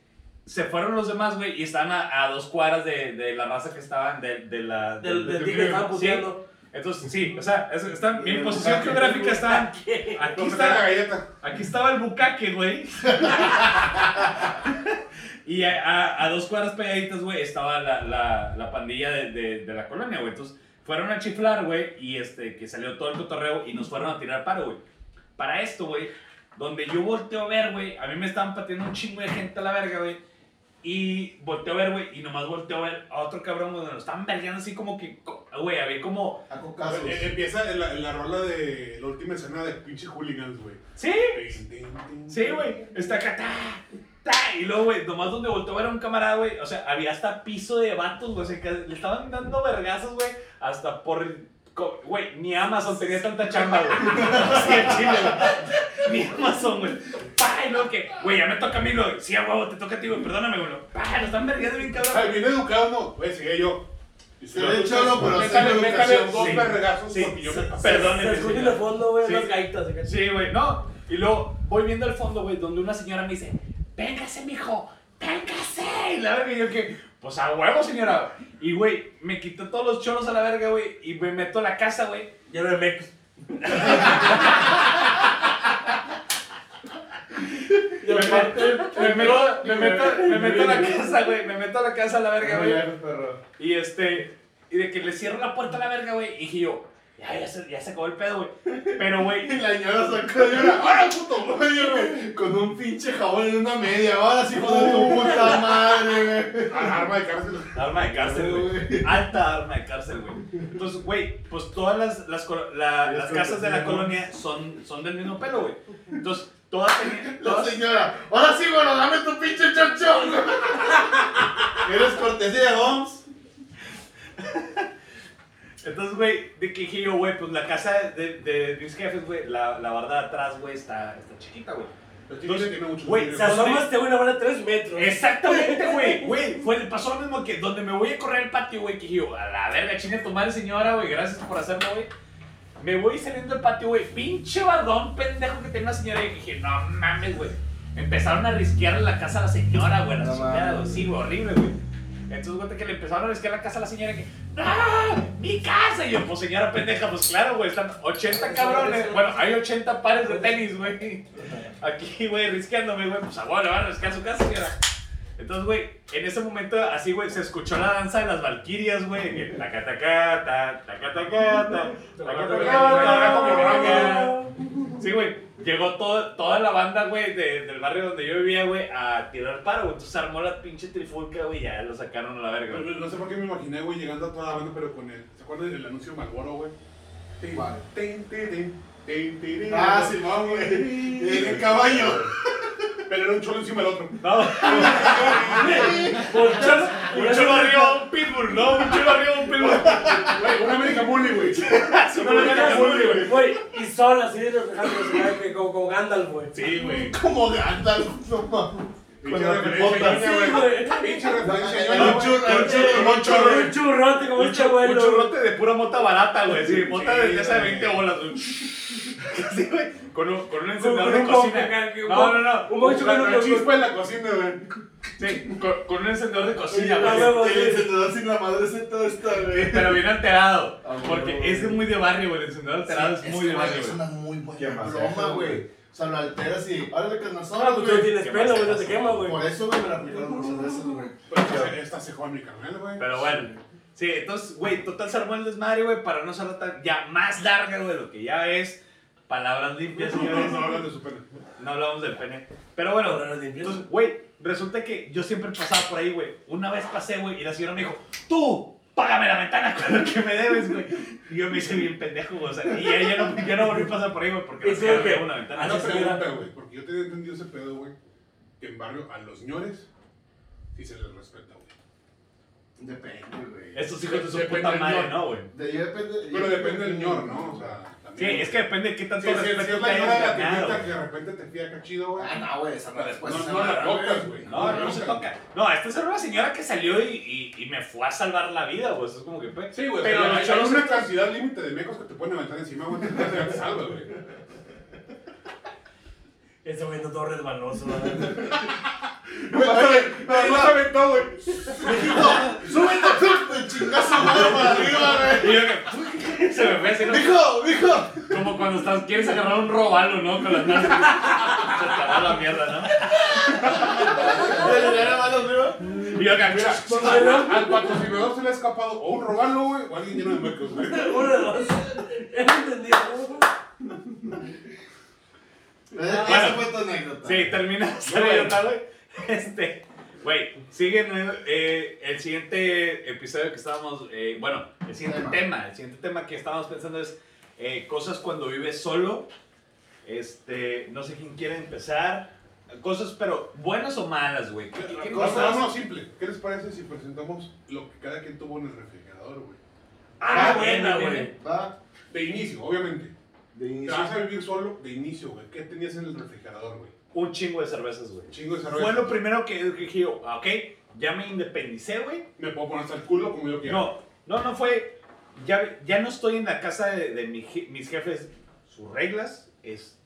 se fueron los demás, güey, y estaban a, a dos cuadras de, de la raza que estaban, de, de la... Del del- del tigre estaba puteando. Entonces, sí, o sea, es- están, mi Y el posición bucaque. geográfica está... Aquí ¿Dónde está la está, galleta? aquí estaba el bucaque, güey. y a, a- a dos cuadras pegaditas, güey, estaba la, la, la pandilla de, de- de la colonia, güey. Entonces, fueron a chiflar, güey, y este, que salió todo el cotorreo y nos fueron a tirar paro, güey. Para esto, güey, donde yo volteo a ver, güey, a mí me estaban pateando un chingo de gente a la verga, güey. Y volteo a ver, güey, y nomás volteo a ver a otro cabrón, güey, donde nos estaban vergueando así como que, co- güey, había como... A cocazos. Eh, Empieza en la, en la rola de la última escena de pinche hooligans, güey. Sí, Tin, tin, tin, Sí, güey. Está acá. Ta, ta, y luego, güey, nomás donde volteó a ver a un camarada, güey. O sea, había hasta piso de vatos, güey. o sea, que le estaban dando vergazos, güey. Hasta por. co- Güey, ni Amazon tenía tanta chamba, güey. Sí, el chile, güey. Ni Amazon, güey. Pa, y luego que, güey, ya me toca a mí, güey. Sí, a huevo, te toca a ti, güey. Perdóname, güey. Pa, nos están vergando bien cabrón. Ay, bien educado, no. Güey, seguía yo. Y Se ve cholo, pero sin métale, métale educación. dos Sí. vergazos Sí. porque yo me pasé. Perdónenme, Se escucha en señor. el fondo, güey, Sí. unas gaitas. acá. Sí, güey, no. Y luego voy viendo al fondo, güey, donde una señora me dice, véngase, mijo, véngase. Y la verga, y yo que, pues a huevo, señora. Y, güey, me quitó todos los choros a la verga, güey, y me meto a la casa, güey. Lleno de mecos. Me, met- me meto, me, meto, me meto a la casa, güey, me meto a la casa a la verga, No, güey. ya, perro. Y este, y de que le cierro la puerta a la verga, güey, y dije yo, ya, ya se, ya se acabó el pedo, güey. Pero, güey, Y la señora sacó de una. ¡Ahora, puto madre, güey! Con un pinche jabón en una media. Ahora sí, hijo de tu puta madre, güey. Ah, Arma de cárcel. Arma de cárcel, güey. Alta arma de cárcel, güey. Entonces, güey, pues todas las, las, colo- la- las casas de la colonia son, son del mismo pelo, güey. Entonces, Todas tenían. La Todas, señora, ahora sí, bueno, dame tu pinche chonchón. ¿Eres cortesía de Holmes? entonces, güey, de que dije yo, güey, pues la casa de, de, de mis jefes, güey, la, la barda de atrás, güey, está, está chiquita, güey. El tigre tiene mucho Güey, dinero. Se asomaste, este güey, una bala de 3 metros. Exactamente, güey. Güey, fue, pasó lo mismo que donde me voy a correr el patio, güey, que dije yo, a la verga, chinga tu madre, señora, güey, gracias por hacerlo, güey. Me voy saliendo del patio, güey, pinche bardón pendejo que tenía la señora y dije, no mames, güey. Empezaron a risquearle la casa a la señora, güey, a la No chingada, mames. güey, sí, güey, horrible, güey. Entonces, güey, que le empezaron a risquear la casa a la señora y que, ¡No! ¡Mi casa! Y yo, pues señora pendeja, pues claro, güey, están 80 cabrones. Bueno, hay 80 pares de tenis, güey. Aquí, güey, risqueándome, güey, pues a huevo le van a risquear su casa, señora. Entonces, güey, en ese momento, así, güey, se escuchó la danza de las valquirias, güey. que Tacatacata, tacatacata, tacatacata. Sí, güey, llegó todo, toda la banda, güey, de- del barrio donde yo vivía, güey, a tirar paro, güey. Entonces armó la pinche trifulca, güey, ya lo sacaron a la verga. Pero güey. No sé por qué me imaginé, güey, llegando a toda la banda, pero con el. ¿Se acuerdan del anuncio de Malboro, güey? Tin, ¿Cuál? tin, tin, tin, tin, tin, tin. Ah, Simón, güey. En el caballo. Pero era un cholo encima del otro. No, Por chance, un chulo arriba de un pitbull, no, un chulo arriba de un pitbull. Güey, un América Bully, güey. Sí, No, no, no, no, güey. Güey, y son así de los dejándose como, como Gandalf, güey. Sí, güey. Como Gandalf, no mames. Pinche la referencia pipota. Sí, ñoña, güey. güey. Pinche referencia Con ñoña, un güey. churro, Con churro, con un churro, Un churrote como Un, un chu- un chabuelo. churrote de pura mota barata, güey. Sí, mota de, Sí, de esa de güey. 20 bolas, güey. Así, güey. Con un, con un Con con encendedor de un cocina. No, no, no. Un mocho con La- la un chispa en la cocina, güey. Sí, con, con un encendedor de cocina, Ah, güey. huevo, El sí. encendedor sin la madre se todo está, güey. Pero bien alterado. Ah, bueno, Porque güey. es de muy de barrio, güey. El encendedor alterado es muy de barrio, Es güey. una muy ¿Qué buena más broma, haces, güey. güey? O sea, lo alteras y. Órale, que nos Ah, pues tú no tienes ¿Qué pelo, más güey, no te te quema, güey. Por eso, güey, me la aplicaron muchas veces, güey. Pero esta se- Pues, Esta se juega mi carnal, güey. Pero bueno. Sí, entonces, güey, total se armó el desmadre, güey, para no ser tan, ya más larga, güey, lo que ya es. Palabras limpias, No, señores. no hablan de su pene. No hablamos del pene. Pero bueno, Palabras limpias. entonces, güey, resulta que yo siempre pasaba por ahí, güey. Una vez pasé, güey, y la señora me dijo, tú, págame la ventana con lo que me debes, güey. Y yo me hice bien pendejo, güey. O sea, y ya, ya no, ya no volví a pasar por ahí, güey, porque Y la tú, señora ¿qué? me dio una ventana. Ah, Una sí, señora. pregunta, güey, porque yo tenía entendido ese pedo, güey, que en barrio a los señores sí se les respeta, güey. Depende, güey. Estos hijos de su Depende puta del madre, ñor. ¿no, güey? De ahí depende. Pero depende del ñor, ¿no? O sea, Sí, también. es que depende de qué Sí, tanto sí, sí, respeto es la te hayas ñora la ganado. tiendita que de repente te fía acá chido, güey. Ah, no, güey, esa no después. No, esa no la madre, tocas, güey. No, no, se toca. No, esta es una señora que salió y, y, y me fue a salvar la vida, güey. Eso es como que fue. Sí, güey, Pero pero hay, los hay cholos una cantidad límite de mecos que te pueden levantar encima, güey, te te salvas, güey. Ese güey está todo resbaloso, güey. Güey, no se aventó, güey. Súbete, súbete, chingazo, madre, para arriba, güey. Y yo que se me fue así, ¿no? Dijo, dijo. Como cuando estás, quieres agarrar un robalo, ¿no? Con las manos. Se te va la mierda, ¿no? Le le la mano arriba. Y yo acá, mira. Al al patrocinador se le ha escapado o un robalo, güey, o alguien lleno de mecos, güey. Uno de dos. Ya no entendí. Esa fue tu anécdota. Sí, termina esa Muy anécdota, güey. Este, güey, siguen el, eh, el siguiente episodio que estábamos, eh, bueno, el siguiente Tema. tema. el siguiente tema que estábamos pensando es eh, cosas cuando vives solo. Este, no sé quién quiere empezar. Cosas, pero buenas o malas, güey. ¿Qué- qué- qué Vamos cosas? vámonos simple. ¿Qué les parece si presentamos lo que cada quien tuvo en el refrigerador, güey? Ah, Ah, buena, bien, güey. bien. Va. De inicio, obviamente. De Te inicio. vas a vivir solo de inicio, güey. ¿Qué tenías en el refrigerador, güey? Un chingo de cervezas, güey. Chingo de cerveza. Fue lo primero que dije yo, ah, ok, ya me independicé, güey. Me puedo poner hasta el culo como yo quiera. No, no, no fue. Ya, ya no estoy en la casa de, de mi je- mis jefes. Sus reglas es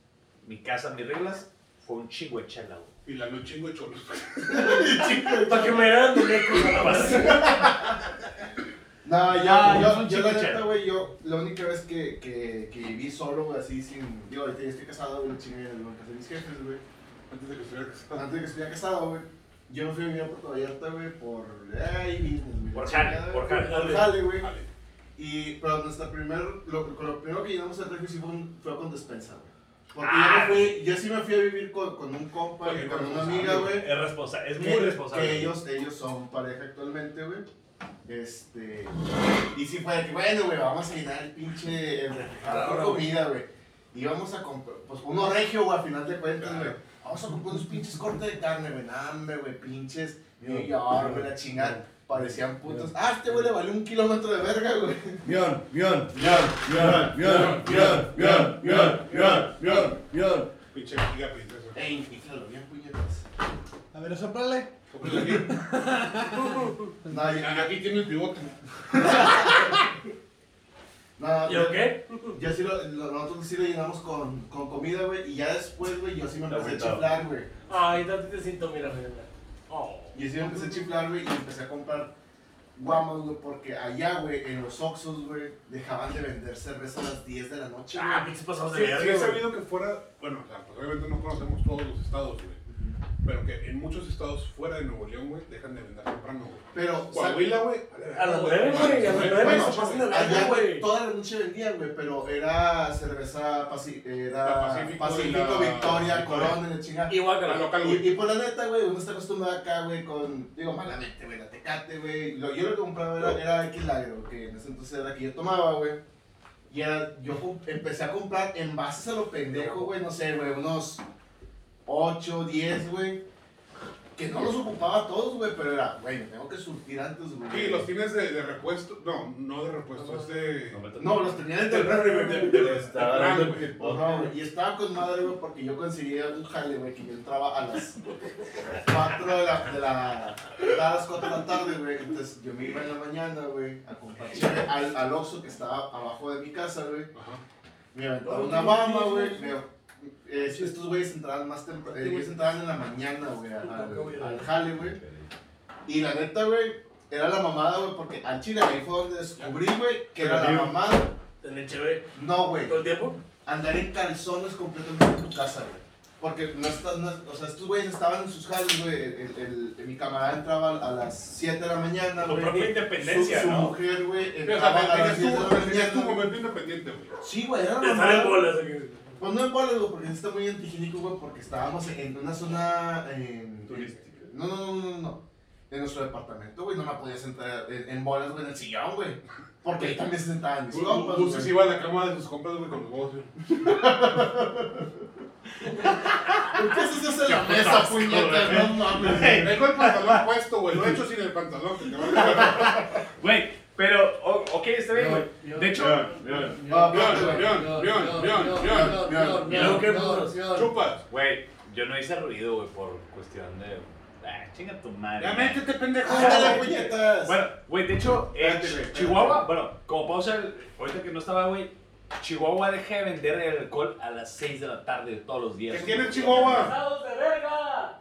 mi casa, mis reglas. Fue un chingo de chela, güey. Y la noche chingo de cholos. Para que me hagan tu leco, a la base. No, yo, Ah, yo soy yo, un yo la chico neta, chero. güey, yo, la única vez que, que, que viví solo, güey, así sin, digo, ahorita ya estoy casado, güey, chingue, en la casa de mis jefes, güey, Antes de que estuviera casado. antes de que estuviera casado, güey, yo me fui a vivir a Puerto Vallarta, güey, por, ahí mismo, güey, Por la jale, chingada, por güey, jale. por jale, güey, Vale. y, pero nuestra primer, lo, con lo primero que llenamos el refri sí fue, un- fue con despensa, güey, porque Ah. yo, no fui, yo sí me fui a vivir con, con un compa Porque y con una responsable, amiga, güey. güey, Es, responsa es muy que- responsable. Que ellos, ellos son pareja actualmente, güey. Este. Y sí fue de que, bueno, güey, vamos a llenar el pinche el refrigerador de comida, güey. Íbamos a comprar, pues uno regio, güey, a final de cuentas, güey. Claro. Vamos a comprar unos pinches cortes de carne, güey. Name, güey, pinches. New York, güey, la chingada. Parecían putos. Ah, este güey le valió un kilómetro de verga, güey. Mion, mion, mion, mion, mion, mion, mion, mion, mion, mion, mion. Pinche giga princesa. Ey, infícalo bien, puñetas. A ver, soplale. Cómprale aquí. No, yo, Ah, Aquí tiene el pivote. no, ¿Y o qué? Yo sí lo, lo- nosotros sí lo llenamos con, con comida, güey. Y ya después, güey, yo sí me Está empecé a agüitado. chiflar, güey. Ay, tantito siento, mira, mira. mira. Oh. Yo sí me empecé a chiflar, güey, y empecé a comprar guamas, güey, porque allá, güey, en los Oxxos, güey, dejaban de vender cerveza a las 10 de la noche, güey. Ah, pinches pasados Sí, de sí he verga. güey. sabido que fuera, bueno, o sea, pues obviamente no conocemos todos los estados, güey. Pero que en muchos estados fuera de Nuevo León, güey, dejan de vender temprano, güey. Pero, o sea, Coahuila, güey. A las nueve, güey, a las nueve bueno, se pasan de allá, verga, güey, güey. toda la noche vendían, güey, pero era cerveza Paci- era La Pacífico, Pacífico y la- Victoria, Victoria. Corona, y la chingada. Igual que La la local, Y, güey. y por la neta, güey, uno está acostumbrado acá, güey, con, digo, malamente, güey, la tecate, güey. Lo- Yo lo que compraba era, era X Lagro, que en ese entonces era la que yo tomaba, güey. Y era, yo com- empecé a comprar envases a lo pendejo, güey, no sé, güey, unos 8, 10, güey. Que no los ocupaba todos, güey, pero era, güey, me tengo que surtir antes, güey. Sí, los tienes de, de repuesto. No, no de repuesto, es de. No, los tenía dentro del refri, güey. Está dando el No, pivote. no, güey, Y estaba con madre, güey, porque yo conseguía un jale, güey, que yo entraba a las 4 de la, de la, entraba a las 4 de la tarde, güey. Entonces yo me iba en la mañana, güey, a comprar cheve al, al Oxxo que estaba abajo de mi casa, güey. Ajá. Me aventaba una bamba, güey. me- eh, estos güeyes entraban más temprano, ellos entraban en la mañana, güey, al, al- al jale, güey. Y la neta, güey, era la mamada, güey, porque al chile ahí fue donde descubrí, güey, que era la mamada. Tener chévere No, güey todo el tiempo. andar en calzones completamente en tu casa, güey. Porque no estás, no- o sea, estos güeyes estaban en sus jales, güey. El, el- el- mi camarada entraba a las 7 de la mañana, Tu güey. propia independencia, su, su ¿no? mujer, güey, Pero, o entraba Ah, sea, a tenías las 10 de la tu- tenías tu mañana. momento independiente, güey. Sí, güey, era Te normal. salen bolas. aquí. Pues no en bolas, güey, porque está muy antihigiénico, güey, porque estábamos en una zona... en- Turística. No, no, no, no, no. En nuestro departamento, güey, no me podía sentar en, en bolas, güey, en el sillón, güey. Porque ahí también se sentaban mis compas, Justo güey. se iba a la cama de sus compras, güey, con los huevos, güey. ¿Por qué se hace la mesa, puñeta? No mames. güey. Dejo el pantalón puesto, güey. Lo he hecho sin el pantalón, que te va a dejar. Güey, pero, o- ok, está bien, güey. De hecho, Mion, mion. Ah, Mion, mion, mion, mion, mion. ¿Y luego qué putos? Chupas. güey, yo no hice ruido, güey, por cuestión de. Ah, chinga tu madre. Ya güey. métete, pendejo. ¡Ándale, puñetas! Bueno, güey, de hecho, eh, Espérate, güey, espérate. Chihuahua, bueno, como pausa, el- ahorita que no estaba, güey, Chihuahua deja de vender el alcohol a las 6 de la tarde de todos los días. ¿Qué güey. tiene Chihuahua? ¡Pasados de verga!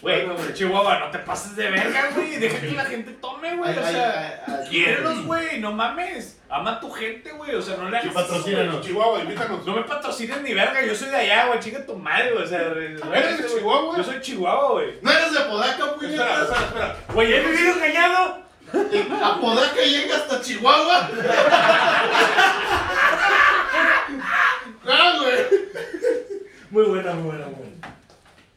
Güey, Bueno, güey. Chihuahua, no te pases de verga, güey. Deja que la gente tome, güey. O Ay, sea, ay, ay, ay. quiérelos, güey, no mames. Ama a tu gente, güey. O sea, no le hagas. eso, patrocínanos. Chihuahua, güey. invítanos. No me patrocines ni verga, yo soy de allá, güey. Chinga tu madre, güey. O sea, ¿Eres de Chihuahua? Yo soy Chihuahua, güey. No eres de Apodaca, Espera, puñetas. espera, espera. Güey, he vivido engañado. Apodaca llega hasta Chihuahua. Claro, güey. Muy buena, muy buena, muy buena.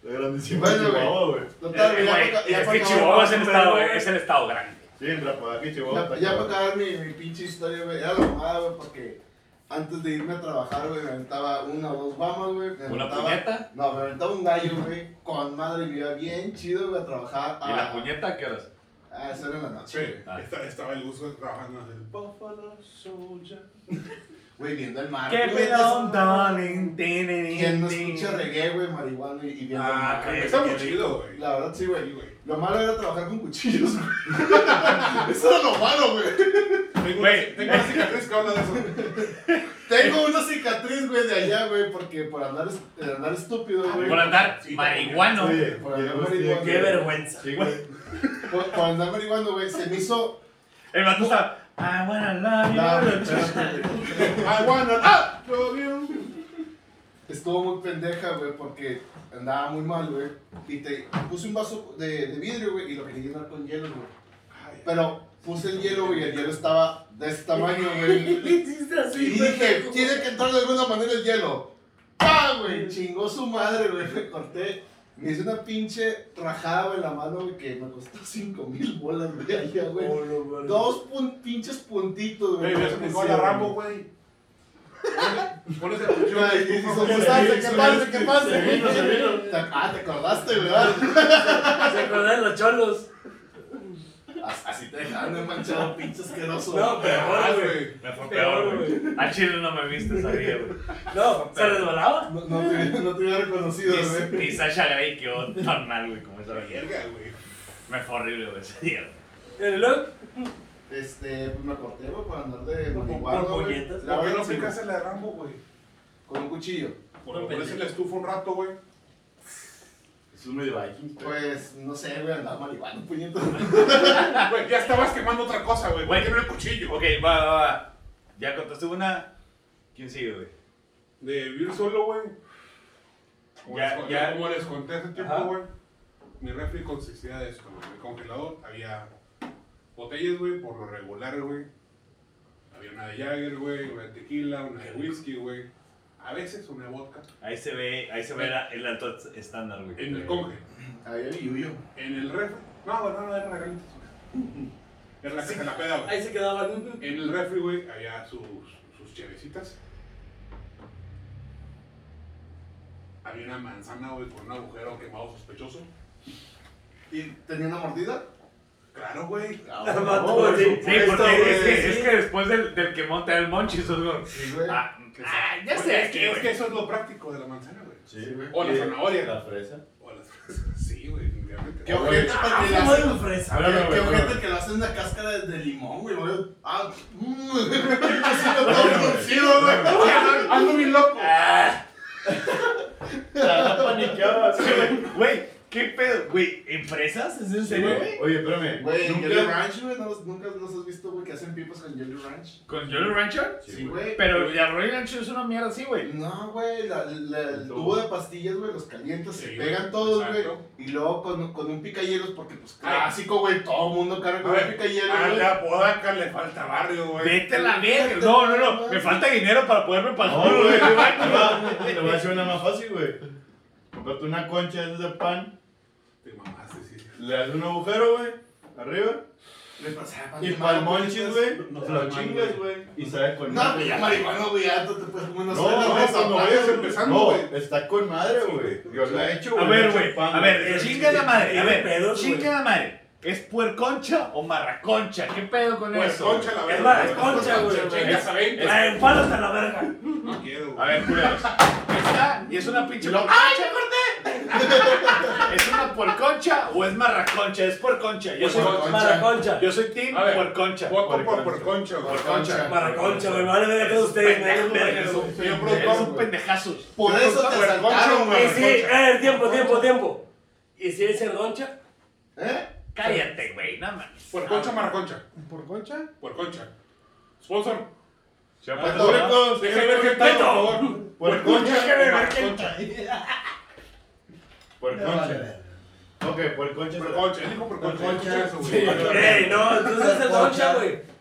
La grandísima Bueno, güey. Chihuahua, güey. Eh, Total, ya Güey, para- es ya para que acabar- Chihuahua es el estado, güey. es el estado grande. Sí, en Rafa, aquí Chihuahua. Ya, está ya para Chihuahua. acabar mi, mi pinche historia, güey. Era la mamada, güey, porque antes de irme a trabajar, güey, me aventaba una o dos guamas, güey. me ¿Una aventaba- puñeta? No, me aventaba un gallo, güey. Con madre, vivía bien chido, güey, a trabajar. ¿Y la a- puñeta a qué horas? A hacer en la Sí, noche. Ah. esta- estaba el uso trabajando en el Güey, viendo el mar. Keep güey, it on, darling. Tin, tin, tin, Quien no tin. escucha reggae, güey, marihuana y, y viendo el Ah, mar. que está muy chido, güey. La verdad, sí, güey. Sí, güey. Lo malo era trabajar con cuchillos, güey. Eso era lo malo, güey. Tengo, Güey. tengo una cicatriz que habla de eso. Tengo una cicatriz, güey, de allá, güey, porque por andar, es- eh, andar estúpido, güey. Ah, Por andar Sí, marihuano. Oye, Por llegamos andar aquí de marihuana. que- ¡Qué vergüenza! Sí, güey. Por, por andar marihuando, güey, se me hizo. El vato está. I wanna love Nah, güey, you. espérate, güey. I wanna ah, lo vieron. Estuvo muy pendeja, güey, porque andaba muy mal, güey. Y te puse un vaso de, de vidrio, güey, y lo quería llenar con hielo, güey. Pero puse el hielo, güey, y el hielo estaba de este tamaño, güey. hiciste así, Y dije, tiene que entrar de alguna manera el hielo. ¡Pah, güey! Chingó su madre, güey. Me corté Me hice una pinche rajada, güey, en la mano, güey, que me costó 5 mil bolas, güey, allá, güey. Oh, no, madre. Dos pun- pinches puntitos, güey. Güey, ves Sí, un gol a güey. Rambo, güey. Pones- Pones el cuchillo Ay, y y tú, son- güey. ¿Qué pasa? ¿Qué pasa? ¿Qué pasa? Se vino, se vino. Te- Ah, te acordaste, güey. ¿verdad? ¿Se acuerdan los cholos? As- Así te dejaron de manchado, pinche Oh, asqueroso. No, pero Ah, ahora, güey. güey. Me fue peor, güey. A Chile no me viste esa día, güey. No, se resbalaba. No, no te, no te hubiera reconocido, Y, güey. y Sasha Grey quedó tan mal, güey, como esa día. Verga, güey. Me fue horrible, güey, ese día. güey. Y luego, Este, pues me corté, güey, para andar de Por- marihuana, por güey. puñetas. La ¿Por verdad, qué no sí, güey, aplicas la de Rambo, güey? Con un cuchillo. Por pones en la estufa un rato, güey. Es uno de Vikings, pero- Pues, no sé, güey, andaba marihuana, puñetas. Güey, ya estabas quemando otra cosa, güey. Güey. Güey, tiene el cuchillo. Ok, va, va, va. Ya contaste una. ¿Quién sigue, güey? De vivir solo, güey. Como Ya- les- ya- Como les conté hace Ajá. tiempo, güey. Mi refri consistía de esto, güey. En el congelador había botellas, güey, por lo regular, güey. Había una de Jagger, güey, una de tequila, una de whisky, güey. A veces una de vodka. Ahí se ve, ahí se ve la- el alto estándar, güey. En el conge. Había billuyo. En el refri. No, no, no, era regalitos, güey. Era la que se la peda, güey. ahí se quedaban. En el refri, güey, había sus, sus chevecitas. Había una manzana, güey, con un agujero quemado sospechoso. ¿Y tenía una mordida? Claro, güey. Ah, La mató, güey, sí. Sí, supuesto, porque es, güey. que, es que después del, del que monta el monchis, güey. Sí, güey. Ah, ah, ya Güey, sé, es, que, es que güey. eso es lo práctico de la manzana, güey. Sí, güey. O la Y- zanahoria. La fresa. O las fresas. Sí, güey, definitivamente. Qué O- ojete Ah, para que se la mueve la fresa. Ahora, Qué- güey, Qué ahora, ojete güey. que lo hacen una cáscara de, de limón, güey. güey. Ah, mmm. todo torcido, güey. Ando bien loco. Ah, La paniqueaba, sí, güey. Güey, ¿qué pedo? Güey, ¿empresas? ¿Es en Sí, serio, güey. güey? Oye, espérame. Güey, Jelly Nunca. Ranch, güey. ¿no los- ¿Nunca los has visto, güey, que hacen pipas con Jelly Ranch? ¿Con Jolly Rancher? Sí, güey. Pero ya Jolly Rancher es una mierda así, güey. No, güey, la- la- el El tubo tubo. de pastillas, güey, los calientas, se Sí, pegan güey, todos, güey. exacto. Y luego con, con un picayelos, porque pues Ay. Ah. clásico, güey, todo el mundo carga con A un ver, picayelos, A güey. la podaca le falta barrio, güey. Vete a la verga. No, no, no. Me falta dinero para poderme No, pagar, güey. güey. Te voy- te voy a hacer una más fácil, güey. Comprarte una concha de esas de pan, Te mamaste, sí. le haces un agujero, güey, arriba. Les pasaba pan Y de pa'l monchis, mano, güey, no te se lo arman, chingas, güey. Y sabes con No, pues ya marihuana, güey, ya tú te puedes comer una No, sola, no, güey, cuando zapatos, vayas güey. empezando, No, güey. está con madre, güey. Yo la he hecho, A güey. ver, hecho güey. pan, A ver, chinga la madre. A Tiene ver, pedos, güey. chinga la madre. ¿Es puerconcha o marraconcha? ¿Qué pedo con Pues eso? concha la Es verga. más, concha, güey. Chingas a veinte. Eh, Pálos a la verga. No quiero, A güey. ver, culeros. Está y es una pinche. Lo- ¡Ay, me acordé! ¿Es una puerconcha o es marraconcha? Es puerconcha. Yo soy, Puerconcha. Maraconcha. yo soy team A ver. puerconcha. Voto por Por por concha, güey. Por concha. Maraconcha, güey. Vale, verga todos ustedes. me dan un verga, güey. Señor Eres productor, un pendejazo. Por eso te Pero asaltaron, concha, güey. Y sí, eh, tiempo, tiempo, tiempo. ¿Y si es el doncha? ¿Eh? Cállate, güey. Nada más. por concha, maraconcha. ¿Por concha? Por concha. Sponsor. Público, Déjenme ver qué tal, por favor. Por concha, concha, déjenme ver por qué concha. Por concha. Ok, por concha. Por concha. Él dijo por concha. Escucha eso, güey. Ey, no, entonces es el doncha, güey.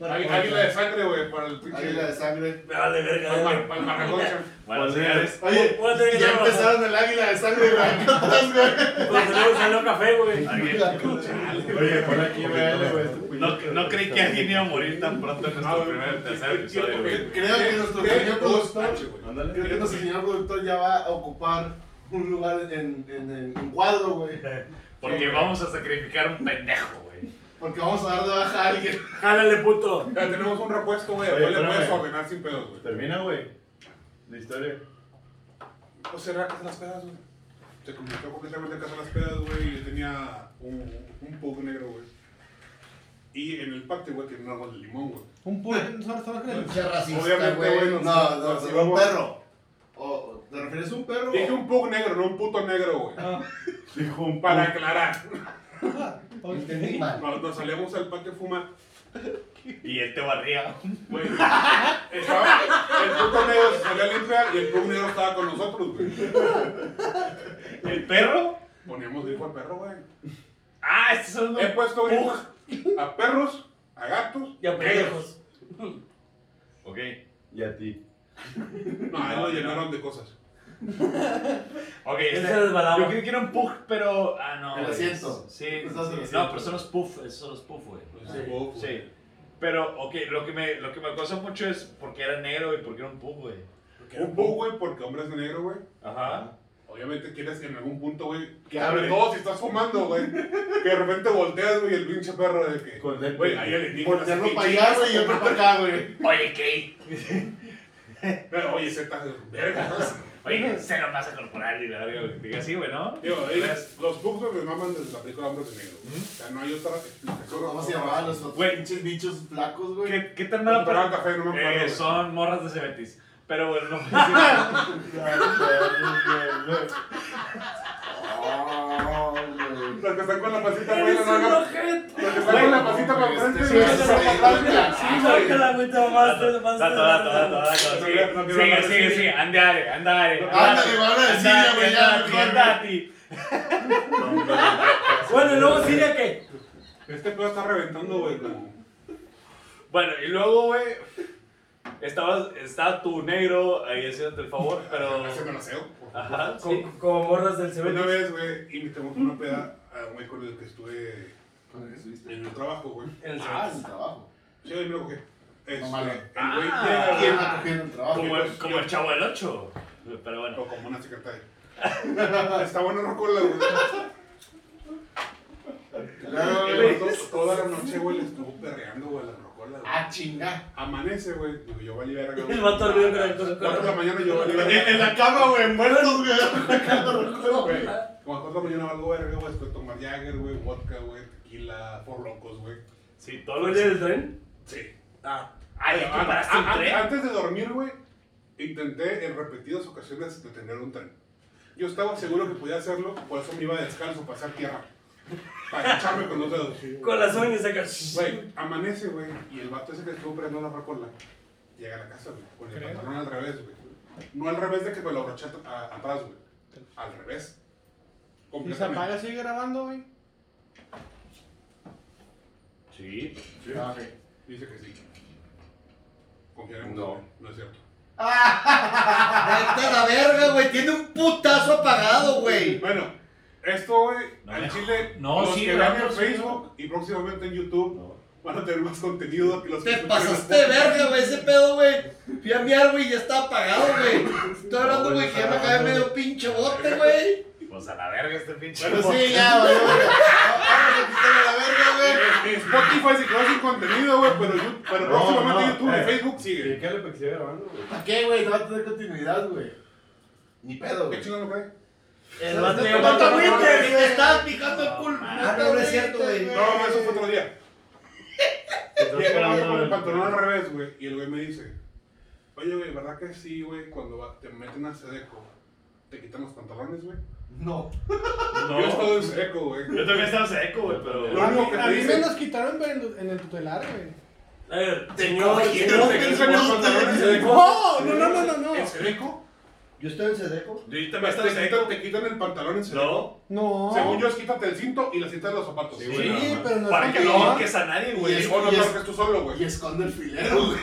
Águ- Águila de sangre, güey, para el pinche. Águila de sangre. Me vale Pues verga, güey. Para el maraconcha. Bueno, Pues, señores. Oye, Voy a tener que ya hacer una empezaron el águila de sangre, güey. Pues tenemos que un café, güey. alguien- Oye, pon aquí, güey, güey. este No, no creí que alguien iba a morir tan pronto en nuestro No, primer tercer episodio, güey. Creo que nuestro señor productor. puño. Creo que Ándale. nuestro señor productor ya va a ocupar un lugar en, en, en un cuadro, güey. Porque vamos a sacrificar un pendejo, güey. Porque vamos a dar de baja a alguien. Jálale, puto. Ya tenemos un repuesto, güey. Oye, Después le espérame. puedes ordenar sin pedos, güey. Termina, güey. La historia. Pues será que se las pedas, güey. Se convirtió completamente en casa de las pedas, güey. Y yo tenía un, un pug negro, güey. Y en el patio, güey, tiene un árbol de limón, güey. Un pulpo, ¿sabes sabes qué? Qué racista, Obviamente, güey. güey, No, nos- no, nos no, un íbamos- perro. O- ¿Te refieres a un perro? Dije un pug negro, no un puto negro, güey. Dijo un Para para. aclarar. Entendí mal. Nos, nos salíamos al patio a fumar. Y él te barría. Güey, estaba, el puto negro se salía a limpiar y el pug negro estaba con nosotros, güey. ¿El perro? Poníamos grifo al perro, güey. Ah, estos son los. He puesto grifos a perros, a gatos Ya pendejos. Ok. Y a ti. No, ahí lo llenaron de cosas. Ok, Él este- se desbalaba. yo creí que era un puff, pero. Ah, no. El es- asiento. Sí. Estás en el sí. asiento. No, pero son los puff, esos son los puff, güey. Sí. Puff, güey. Sí. Pero, ok, lo que me, lo que me causa mucho es porque era negro y porque era un puff, güey. Un puff, güey, porque hombres de negro, güey. Ajá. Obviamente quieres que en algún punto, güey, que Abre. abre todo si estás fumando, güey. Que de repente volteas, güey, y el pinche perro de que. Con el- Güey, ahí alienígenas. Voltearlo pinche- para allá, güey, y otro para acá, güey. Oye, Kate. Pero, oye, se está. Vergas. Oye, cero masa corporal y la verga, güey. Diga así, güey, ¿no? Pues, Digo, ellos- los puffs, güey, me maman desde la película Hombres de Negro. güey. O sea, no hay otra explicación. ¿Cómo se llamaban los otros Güey. pinches bichos flacos, güey? ¿Qué, qué tan mala Pero para. café, no me acuerdo. Eh, güey. son morras de cebetis. Pero bueno, no voy a decir nada. Ah, güey. Los que están con la pasita, güey, ¡Eres la un nalga. ojete! Los que están con la pasita para Güey, frente, este sí güey, la es nalga el- para atrás, Sí, güey. sácala, güey, te mamaste, te Dato, mamaste. dato, dato, dato, dato. No sí. quiero- no quiero Sigue, hablar de sigue, eso. sigue. Ande, are, ande, are. Ándale, van a decir, Andare, güey, ya, andate, mejor, andate. Bueno, y luego Siria, ¿qué? Este pedo está reventando, güey. como- Bueno, y luego, güey, estaba, estaba tu negro ahí haciéndote el favor, pero... Ese me lo sé, güey. Ajá, Co- sí. Como morras del Una Cebetis. vez, güey, invitamos a una peda a un güey con el que estuve ¿Cuándo que subiste? en el trabajo, güey. En el Ah, Cebetis. en el trabajo. Sí, me lo cogí. Este, No mames. El güey Ah. ¿Quién llega, va cogiendo el trabajo? Como el, como el chavo del 8. Pero güey, bueno. o como una secretaria. Está bueno rocola, güey. Claro, El güey. vato Toda la noche, güey, le estuvo perreando, güey, a la rocola, güey. Ah, chinga. Amanece, güey. Digo, yo valí verga. güey. El vato dormido con el- con el- Cuatro de la mañana yo valí En verga. Eh, la cama, güey, muertos, güey. Güey, eh, Como a cuatro de la mañana valgo verga, güey. Después tomar Jagger, güey, vodka, güey, tequila, por locos, güey. Sí, todo ¿Todo lo el que... del tren? Sí. Ah. Ay, ¿tú Pero an- paraste an- un tren? Antes de dormir, güey, intenté en repetidas ocasiones detener un tren. Yo estaba seguro que podía hacerlo, por eso me iba descalzo, a pasar tierra. Para echarme con los dedos. Con las uñas acá. Güey, amanece, güey, y el vato ese que estuvo prendiendo la rocola llega a la casa, güey, con el pantalón al revés, güey. No al revés de que me lo abroché at- a- atrás, güey. Al revés. Y se Completamente. apaga, sigue grabando, güey. Sí. Ah, ok. Dice que sí. Confiaremos. No. No es cierto. Vete a la Ah, verga, güey. Tiene un putazo apagado, güey. Bueno, esto, güey, No, al no. chile, No, los sí, que vean no, en sí. Facebook y próximamente en YouTube van a tener más contenido que los que Te escuchan en pasaste de Spotify. verga, güey. Ese pedo, güey. Fui a miar, güey, y ya está apagado, güey. Estoy hablando, güey, que ya me cae medio pinche bote, güey. Pues a la verga este pinche... Bueno, Pues sí, ya, güey. güey. Vamos a quitarle la verga, güey. En- en Eh, Spotify se quedó sin contenido, güey, pero, yo- pero No, próximamente no, YouTube y eh. Facebook sigue. ¿Y qué le pues, sigue grabando, güey? ¿Para qué, güey? No va a tener continuidad, güey. Ni pedo, ¿Qué güey. chingón lo fue? El vato No, llegó no, con- no, no, no, Y te estabas picando el culo. Ah, no, no es cierto, güey. No, no, eso fue otro día. Estás Llega el güey grabando, con el güey. pantalón al revés, güey, y el güey me dice, oye, güey, ¿verdad que sí, güey, cuando va- te meten al Sedeco, te quitan los pantalones, güey? No. No. Yo he estado en Sedeco, güey. Yo también estaba seco, güey, pero... Lo A mí, único que a te mí me dicen- los quitaron pero en, el- en el tutelar, güey. A ver, Te señor, cogieron, señor, te señor, Los pantalones de Sedeco. No, no, no, no, no, no. ¿En Este, Sedeco? Yo estoy en Sedeco. Yo Te, también estaba seco. quitan, te quitan el pantalón en Sedeco. No. No. Según yo, es quítate el cinto y la cinta de los zapatos. Sí, Sí, güey. güey. Sí, pero no Para es que porque- no ahorques a nadie, Y güey. es bueno, y es- no, que es tú solo, güey. Y esconde el filero, güey.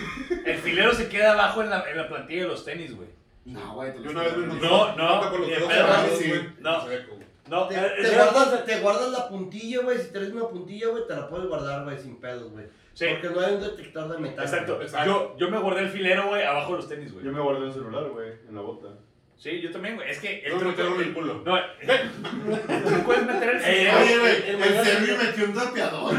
El filero se queda abajo en la, en la plantilla de los tenis, güey. No, güey. te lo Yo una vez me estoy encontré No, un no, pata con los ni dedos en pedo, cerrados, sí, güey. no. Se ve como- No, Te, eh, te eh, guardas, te guardas la puntilla, güey. Si traes una puntilla, güey, te la puedes guardar, güey, sin pedos, güey. Sí. Porque no hay un detector de metal. Exacto. güey. Exacto. Yo, yo me guardé el filero, güey, abajo de los tenis, güey. Yo me guardé un celular, güey, en la bota. Sí, yo también, güey. Es que No, el no, truco... tengo en el culo. No, eh, el truco es meter el filero. diciendo. Oye, güey. El El mañana- Servi metió un trapeador.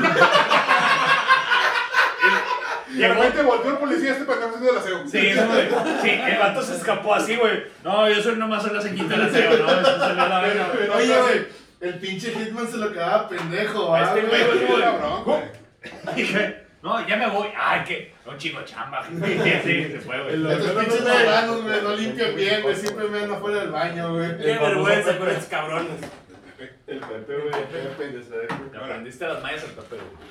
Y de repente volteó el policía este pendejo haciendo el aseo. Sí, eso, güey. Sí, el vato se escapó así, güey. No, yo soy nomás soy la señita de la CEO, ¿no? Eso salió a la verga, güey. Pero- Oye, güey. El pinche Hitman se lo quedaba pendejo, A ah, este güey, Qué güey. güey. cabrón, güey. Dije, no, ya me voy. Ay, que un chingo de chamba. gente. Sí, se fue, güey. Estos pinches veranos, güey, no limpian bien, güey. Siempre me andan fuera del baño, güey. Qué vergüenza con estos cabrones. El Pepe, güey, el Pepe de Sedeco. Te aprendiste las mallas al papel, güey.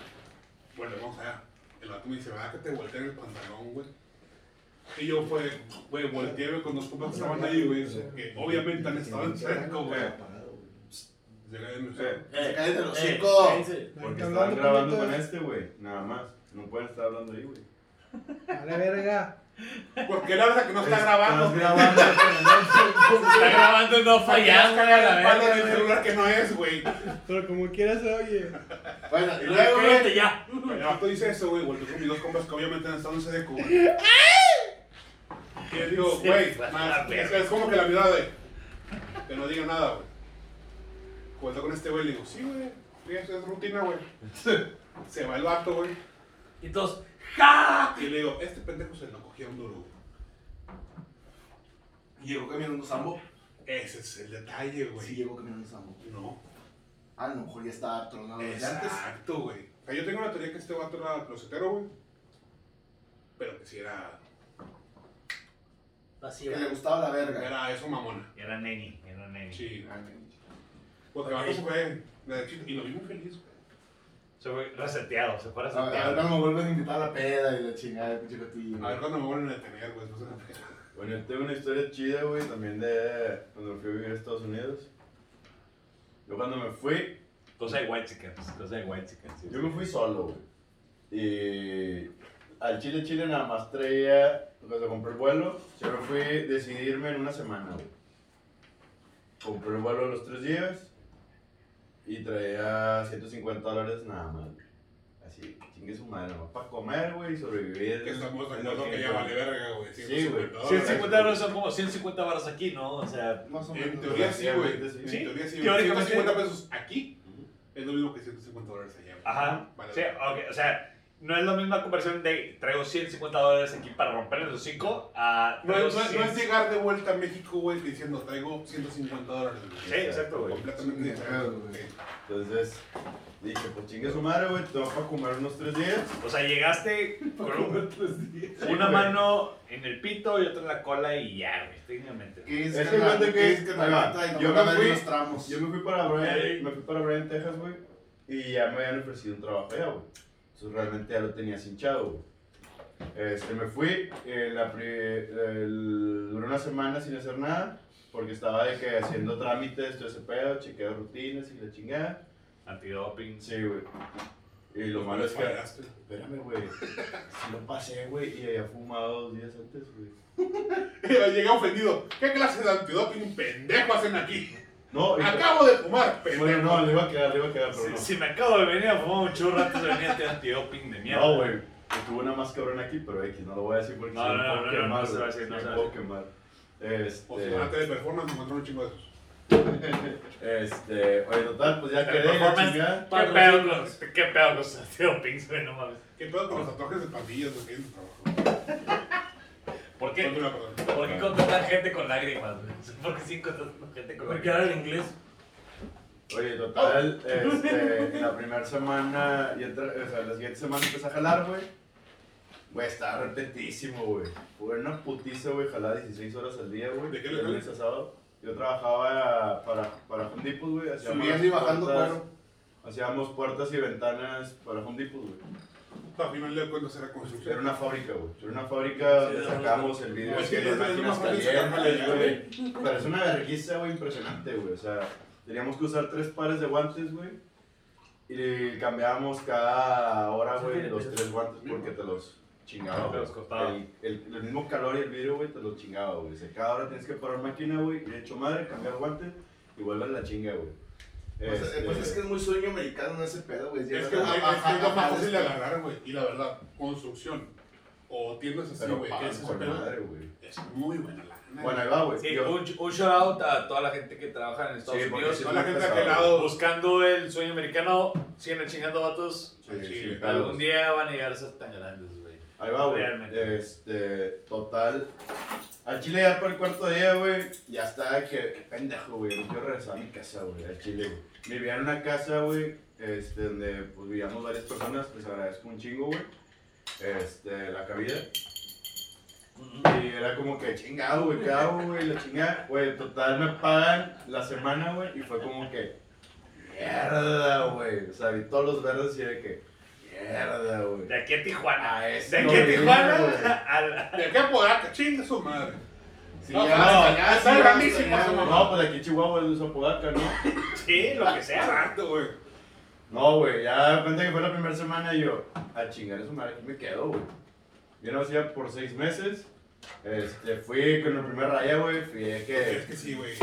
Bueno, vamos allá. El vato me dice, ¿verdad que te voltean el pantalón, güey? Y yo fue, güey, volteé, güey, con los compas que estaban ahí, güey. Que obviamente han estado en cerco, güey. Llega y me dice, Eh, Eh, Cállate los eh, cinco. cállense. Porque Está estaban hablando grabando poquito. con este, güey. Nada más. No pueden estar hablando ahí, güey. A la verga. ¿Por qué la verdad que no está grabando? Estás grabando con el Xbox. Está grabando y no Estás fallando, cagando a el la palo en verga. el güey. celular que no es, güey. Pero como quiera se oye. Bueno, y Y luego, güey. Cállate ya. El vato dice eso, güey. Volteo con mis dos compas que obviamente han estado en Sedeco, güey. Y les digo, Sí, güey, vas a más- la es, es como que la mirada de. Que no diga nada, güey. Vuelto con este güey y le digo, sí, güey. sí, Eso es rutina, güey. Se va el vato, güey. Y todos, ¡ja! Y le digo, este pendejo se lo cogía un duro, güey. Llegó caminando Sambo. Ese es el detalle, güey. Sí, llegó caminando Sambo. No. A lo mejor ya estaba tronado desde antes. Exacto, güey. O sea, yo tengo la teoría que este vato era closetero, güey. Pero que si era. Así, Que güey. le gustaba la verga. Era eso mamona. Era neni, era neni. Sí. Porque el vato se fue de chiquito y lo vi muy feliz, güey. Se fue reseteado, se fue A ver, a ver, Ah, reseteado. cuando me vuelven a invitar a la peda y la chingada, el pinche cotillo. A ver cuándo me vuelven a detener, güey. No sé qué. Bueno, yo tengo una historia chida, güey, también de cuando fui a vivir a Estados Unidos. Yo cuando me fui, Cosa de white chickens, cosa de white chickens. sí. yo me fui solo, güey. Y al Chile Chile nada más traía, cuando compré el vuelo, yo me fui decidirme en una semana, güey. Compré el vuelo a los tres días y traía 150 dólares nada más, güey. Así, chingue su madre, nomás para comer, güey, y sobrevivir. Que estamos de en lo acuerdo que ya vale verga, güey. Sí, güey. 150 euros son como 150 barras aquí, ¿no? O sea, Más o En menos. teoría sí, güey. Sí, En teoría sí, güey. teóricamente- 150 pesos aquí Ujú. es lo mismo que 150 dólares allá. güey. ajá. Vale, Sí, verga. ok, o sea, no es la misma conversión de traigo 150 dólares aquí para romper el hocico a. No, traigo es- no es- no es 100. llegar de vuelta a México, güey, diciendo traigo 150 dólares. güey. Sí, exacto, güey. Completamente Sí, diferente, claro, güey. güey. Entonces dije, pues chingue su madre, güey, te vas a comer unos tres días. O sea, llegaste con un- una güey. mano en el pito y otra en la cola y ya, güey, técnicamente. ¿Qué es Es que que cuenta que- ¿Qué es que ahí va. trae? Yo Para me ver fui- los tramos. Yo me fui para Bryan, Ey. me fui para Bryan, Texas, güey, y ya me habían ofrecido un trabajo allá, güey. Entonces realmente ya lo tenía cinchado, güey. Este, me fui, eh, la pri- el- duré una semana sin hacer nada, porque estaba de que haciendo trámites, todo ese pedo, chequeo rutinas y la chingada. Antidoping. Sí, güey. Y lo malo es que... Fallaste. Espérame, güey. Si lo pasé, güey, y había fumado dos días antes, güey. Llegué ofendido. ¿Qué clase de antidoping pendejo hacen aquí? No, y- Acabo de fumar, pendejo. Bueno, no, le iba a quedar, le iba a quedar, pero Si, no. si me acabo de venir a fumar un churro, antes de venir a este antidoping de mierda. No, güey. Tuve una más cabrona aquí, pero X, no lo voy a decir porque No, si no, me no, puedo no, no, quemar, no se va a güey, decir, no si se va a me puedo decir. Pues, quemar. O si van a Este, tener performance, encontró un chingo de esos. este, oye, total, pues ya Pero quedé la performance- chingada. ¿Qué pedo con los, qué pedo con los antidopings, güey? No mames. ¿Qué pedo con los Ah. tatuajes de pandillas, güey? que hay en tu trabajo? ¿Por qué? Continúa, perdón. ¿Por qué contratar gente con lágrimas, güey? ¿Por qué sí contratan gente con Porque lágrimas? hablan inglés. Oye, total, este, la primera semana, y otra- o sea, la siguiente semana empecé a jalar, güey. Güey, estaba repetísimo, güey. Fue una putiza, güey, jalaba 16 horas al día, güey. ¿De qué le de lunes a sábado. Yo trabajaba para, para Home Depot, güey. hacíamos Subiendo y bajando, puertas- claro. Hacíamos puertas y ventanas para Home Depot, güey. Pues, Al final de cuentas era Era construcción. una fábrica, güey. Era una fábrica donde Sí, sacamos el video. Es que de las es la máquinas misma fábrica que calientes, güey. Pero es una vergüenza, güey, impresionante, güey. O sea, teníamos que usar tres pares de guantes, güey. Y cambiábamos cada hora, güey, los tres guantes porque te los chingaba. Te los güey. cortaba. El, el- el mismo calor y el vidrio, güey, te los chingaba, güey. O sea, cada hora tienes que parar máquina, güey. Y de hecho, madre, cambiar guantes y vuelve la chinga, güey. O sea, eh, Este, Pues es que es muy sueño americano no ese pedo, güey. Es Llegas que, güey, a- es a- que es a- lo a- más fácil de agarrar, güey. Y la verdad, construcción. O tiendas así, pero güey. que pagan es ese con pedo. madre, güey. Es muy buena lana. Bueno, ahí va, güey. Sí, Yo- un, un shout out a toda la gente que trabaja en Estados Sí, porque Unidos. sí Toda la muy gente de aquel pesado. lado. Buscando el sueño americano, siguen chingando vatos. Sí, sí, Chile. claro. Algún día van a llegar a ser tan grandes, güey. Ahí va, güey. Realmente. Este, total. Al chile ya por el cuarto día, güey. Ya estaba que, qué pendejo, güey. Yo regresaba a mi casa, güey, al chile, güey. Vivía en una casa, güey, este, donde pues vivíamos varias personas. Les agradezco un chingo, güey. Este, la cabida. Y era como que chingado, güey, ¿qué hago, güey? La chingada, güey, total me pagan la semana, güey, y fue como que, mierda, güey. O sea, vi todos los verdes y era que, mierda, güey. De aquí a Tijuana. Ah, es De aquí a Tijuana. horrible. a la- ¿De qué podrá? Que chingue su madre. Sí, No, ya. no, ya está Sí, grandísimo ya, esa güey. mamá. No, pues aquí en Chihuahua es de Zapodaca, ¿no? Sí, lo ¿Eh? que sea. Exacto, güey. No, güey, ya de repente que fue la primera semana yo, a chingar a su madre, aquí me quedo, güey. Yo no hacía por seis meses. Este, fui con el primer raya, güey. Fui de Es que. que sí, güey.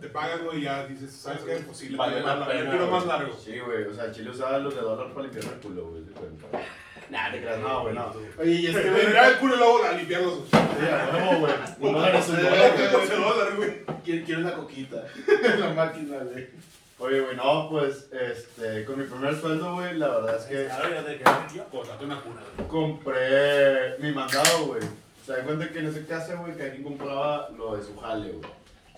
Te pagas, güey, ya dices, ¿sabes qué? Pues sí, le valió pido más la largo. pena, le pido más güey. largo. Sí, güey. O sea, Chile usaba los de dólar para limpiarme el culo, güey. de cuenta. Nah, te creas, no, güey, no. Oye, y es Te que, voy a güey, tirar el culo y luego a limpiar los. Sí, a huevo, güey. Un dólar es un dólar, güey. Ese dólar, güey. quiero, quiero una coquita. la máquina, güey. Oye, güey, no, pues, este, con mi primer sueldo, güey, la verdad es que Ahora ya te quedas, tío. Pues date una cura, güey. compré mi mandado, güey. Se da cuenta que en ese caso, güey, que alguien compraba lo de su jale, güey.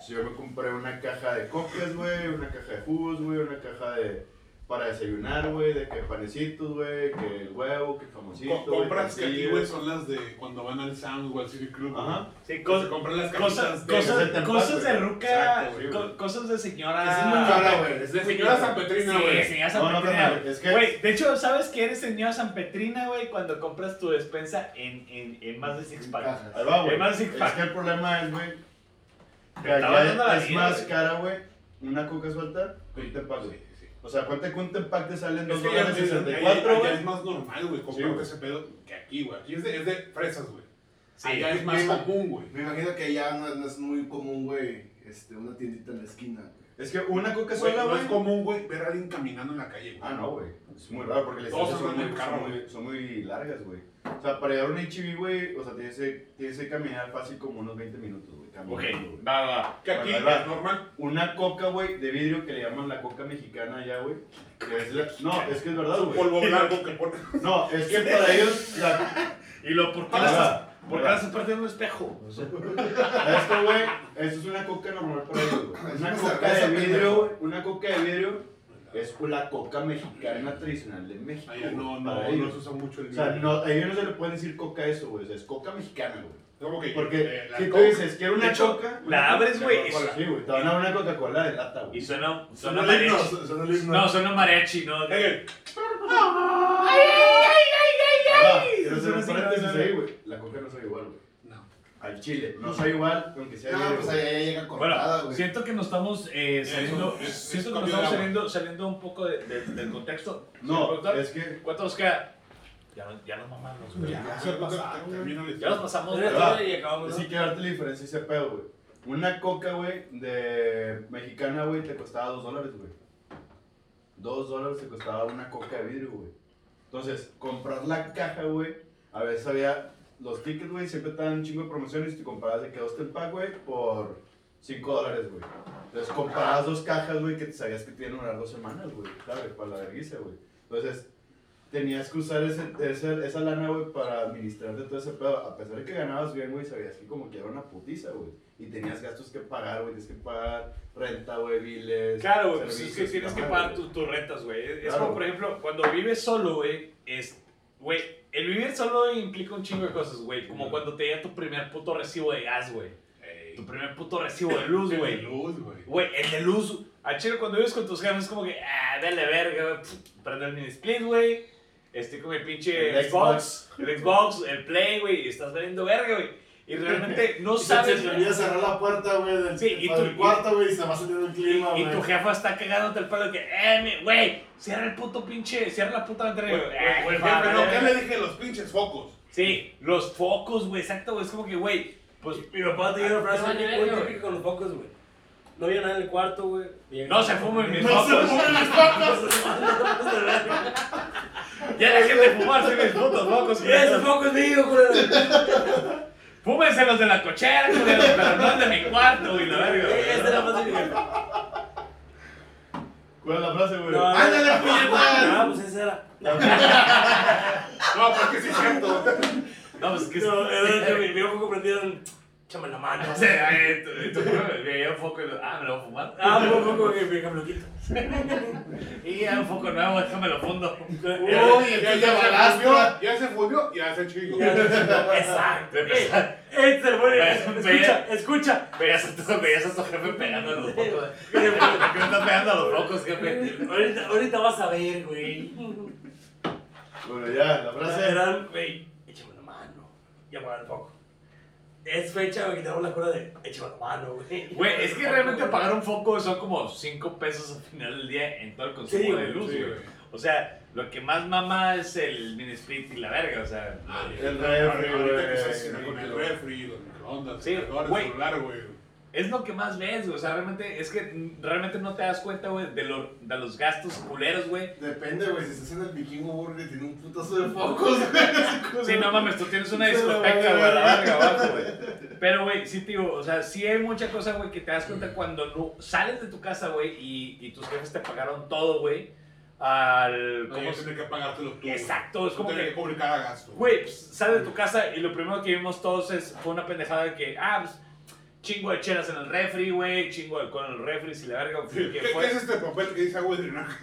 Si yo me compré una caja de coques, güey, una caja de jugos, güey, una caja de... para desayunar, güey, de que panecitos, güey, que el huevo, que el jamoncito, Co- güey, Compras que aquí, tortillas. güey, son las de cuando van al Sam's o al City Club. güey. Ajá. Sí, Que se cosas, compran las cosas, camisas de- cosas, de- cosas de ruca, Exacto, güey, co- güey. cosas de Es muy señora. cara, güey. Es de señora San Petrina, güey. Sí, señora No, no, San Petrina. carnal, es que- Güey, de hecho, ¿sabes que eres señora San Petrina, güey? Cuando compras tu despensa en, en, en más de six packs. Cajas. Ahí va, güey. Hay más six Es pack. que el problema es, güey, que Te estaba dando la allá es vida, más güey. cara, güey, una coca suelta que un tepac, güey. sí. O sea, cuenta que un tepac te Es salen 2 que ya, dólares ya- ya- 64, ya güey. es más normal, güey, comprar Sí, güey. ese pedo que aquí, güey. Aquí es de, es de fresas, güey. Sí. Allá es más Mira. común, güey. Me imagino que allá no, no es muy común, güey, este, una tiendita en la esquina, güey. Es que una coca Güey, sola, No es güey. común, güey, ver a alguien caminando en la calle, Ah, güey. no, güey. Es muy raro porque las Todos distancias son andan en muy, carro, son, muy, son muy largas, güey. O sea, para llegar a un HB, güey, o sea, tienes que, tienes que caminar fácil como unos 20 minutos, güey. Ok, caminando, güey. va, va, va. Que aquí Ahí va. es normal. Una coca, güey, de vidrio que le llaman la coca mexicana allá, güey. que es la- No, es que es verdad, Su güey. polvo blanco que pone. No, es que para ellos la... Y lo, ¿por qué Ahí la estás- va, por ahí qué va. la estás partiendo un espejo? Esto, güey, esto es una coca normal para ellos, güey. Es Una una coca cerveza, de vidrio, pendejo. güey. Una coca de vidrio es la coca mexicana tradicional de México. Allá no, güey, no, para no, ellos. se usa mucho el O sea, vidrio. no, a ellos no se le pueden decir coca a eso, güey. O sea, es coca mexicana, güey. Como que, Porque eh, la si tú coca- dices, quiero una de hecho, coca. La abres, güey, y Coca-Cola. Sí, güey, te van a dar una Coca-Cola de lata, y güey. suena, suena Son el himno, mariachi. son- son el himno. No, suena mariachi, no. Eh, Ah, Eso Pero se suena me así, no, no, ahí, güey. La coca no sabe igual, güey. No. Al chile. No sabe igual, aunque sea. No, vidrio, pues güey. allá ya llega cortada, Bueno, güey. siento que nos estamos eh, Eso, saliendo, es- es siento que nos cambio estamos de saliendo, saliendo un poco de- de- del contexto. No, es que. ¿Cuánto nos queda? Ya, no- ya nos mamamos, güey. Ya, Ya, se pasaron, termino la nos historia. pasamos, Era güey. todo y acabamos, ¿no? Así que darte la diferencia ese pedo, güey. Una coca, güey, de mexicana, güey, te costaba dos dólares, güey. Dos dólares te costaba una coca de vidrio, güey. Entonces, comprar la caja, güey, a veces había los tickets, güey, siempre estaban un chingo de promociones y te comprabas de que dos pack, güey, por cinco dólares, güey. Entonces, comprabas dos cajas, güey, que te sabías que te iban a durar dos semanas, güey, ¿sabes? Para la vergüenza, güey. Entonces, tenías que usar ese, ese- esa lana, güey, para administrarte todo ese pedo. A pesar de que ganabas bien, güey, sabías que como que era una putiza, güey. Y tenías gastos que pagar, güey, tienes que pagar renta, güey, biles. Claro, güey, pues es que servicios, tienes que ajá, pagar güey. tu- tus rentas, güey. Es Claro. como, por ejemplo, cuando vives solo, güey, es, güey, el vivir solo implica un chingo de cosas, güey. Como cuando te llega tu primer puto recibo de gas, güey. Ey, Tu primer puto recibo de luz, de güey. luz, güey. Güey, el de luz. A Chile, cuando vives con tus jefes, es como que, ah, dale verga, güey. Pff, Prender mi split, güey. Estoy con mi pinche El Xbox, el Xbox, el Play, güey. y Estás valiendo verga, güey. Y realmente no Y se- sabes. Se te olvida cerrar la puerta, güey, del, Sí, y del tú- cuarto, güey, y se va saliendo el Y, clima, y güey. tu jefa está cagándote el pelo que, eh, mi- güey, cierra el puto pinche, cierra la puta ventana. Y yo, "Ah, Güey, madre". eh, jefe, no, ¿qué le dije? Los pinches focos. Sí, los focos, güey, exacto, güey, es como que, güey, pues, Mi papá tenía una frase No, muy ni verga, típica güey. con los focos, güey. No había nada en el cuarto, güey. Llega- no se fumen mis No se focos. pongan las patas. Ya dejen de fumarse mis putos focos, Mira, Ese culeros. foco es mío, culero. Fúmense los de la cochera, culeros, pero no el de mi cuarto, güey, la verga. Ey, Esa era más difícil. ¿Cuál es la frase, güey? No, ¡Ándale, Ah, puñetas! pues esa era. No, pero es que sí es cierto. No, pues que No, era que mi- mi ojo comprendieron. Échame la mano. Sí, eh, tu- tu- me llega un foco y lo- ah, me lo voy a fumar. Ah, un poco que me lo quito. Y ya un foco nuevo, déjame lo fundo. Uy, Ya entonces se ya fundió, balaste. ya se fundió, ya se chingó. Exacto. Eh, eh, se fue. Escucha, escucha. Este, Veías a tu, veías a tu jefe pegando a los focos. ¿Por qué me estás pegando a los focos, jefe? Ahorita, ahorita vas a ver, güey. Bueno, ya, la frase. Eran, güey, échame la mano. Llamar al foco. Es fecha, me quitaron la cura de échame la mano, güey. Güey, es que realmente pagar un foco son como 5 pesos al final del día en todo el consumo Sí, de güey, luz, sí, güey. güey. O sea, lo que más mama es el mini split y la verga, o sea. Ah, El refri, Ahorita que estás güey. con el refri, los microondas, Sí, el cargador, güey. el celular, güey. Es lo que más ves, güey. O sea, realmente, es que mm, realmente no te das cuenta, güey, de, lo- de los gastos culeros, güey. Depende, güey, si estás en el vikingo burger tiene un putazo de focos, güey. Sí, no mames, tú tienes una Se lo discoteca, vale, güey, a la verga. verga abajo, güey. Pero, güey, sí, tío, o sea, sí hay mucha cosa, güey, que te das cuenta cuando no sales de tu casa, güey, y, y tus jefes te pagaron todo, güey, al... No, ¿cómo ya se- tienes que pagártelo tú. güey. Exacto, es Tú como tienes que- que cubrir cada gasto. Güey, pues, sales de tu casa y lo primero que vimos todos es, fue una pendejada de que, ah, pues, chingo de chelas en el refri, güey, chingo de alcohol en el refri, si la verga, ¿Qué, que qué fue... es este papel que dice agua de drenaje?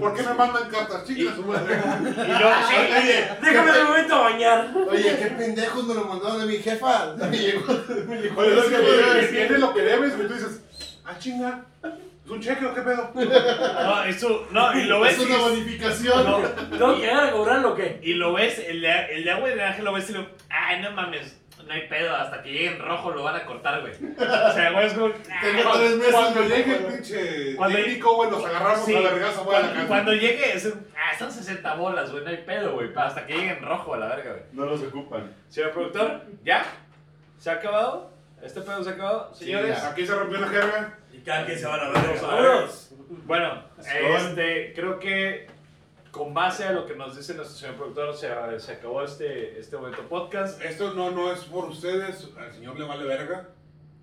¿Por qué me mandan cartas chicas? su madre? Y yo, sí, Déjame de momento bañar. Oye, qué pendejos me lo mandaron a mi jefa. Me llegó, me llegó. Oye, es que, güey, güey, tienes lo que debes, güey, tú dices, ah, chinga, ¿es un cheque o qué pedo? no, eso, no, y lo Pues ves... Es y una dices, bonificación. no, ¿Tengo que llegar a cobrar o qué? Y lo ves, el de, el de agua de drenaje lo ves y lo. Ay, no mames, no hay pedo, hasta que llegue en rojo lo van a cortar, güey. O sea, güey, es como. "Ah, Tengo cuando- tres meses, Cuando me llegue el llegó. pinche Cuando- técnico, güey, los agarramos Sí, a la regaza, güey, a la cuando, casa. cuando llegue, es un, ah, son 60 bolas, güey, no hay pedo, güey, pa- hasta que llegue en rojo a la verga, güey. No los ocupan. Señor productor, ¿ya? ¿Se ha acabado? ¿Este pedo se ha acabado? Señores. Aquí se rompió la jerga. Y cada quien se van a ver. Vámonos. Bueno, Son- este, creo que con base a lo que nos dice nuestro señor productor, se, se acabó este, este bonito podcast. Esto no, no es por ustedes, al señor le vale verga.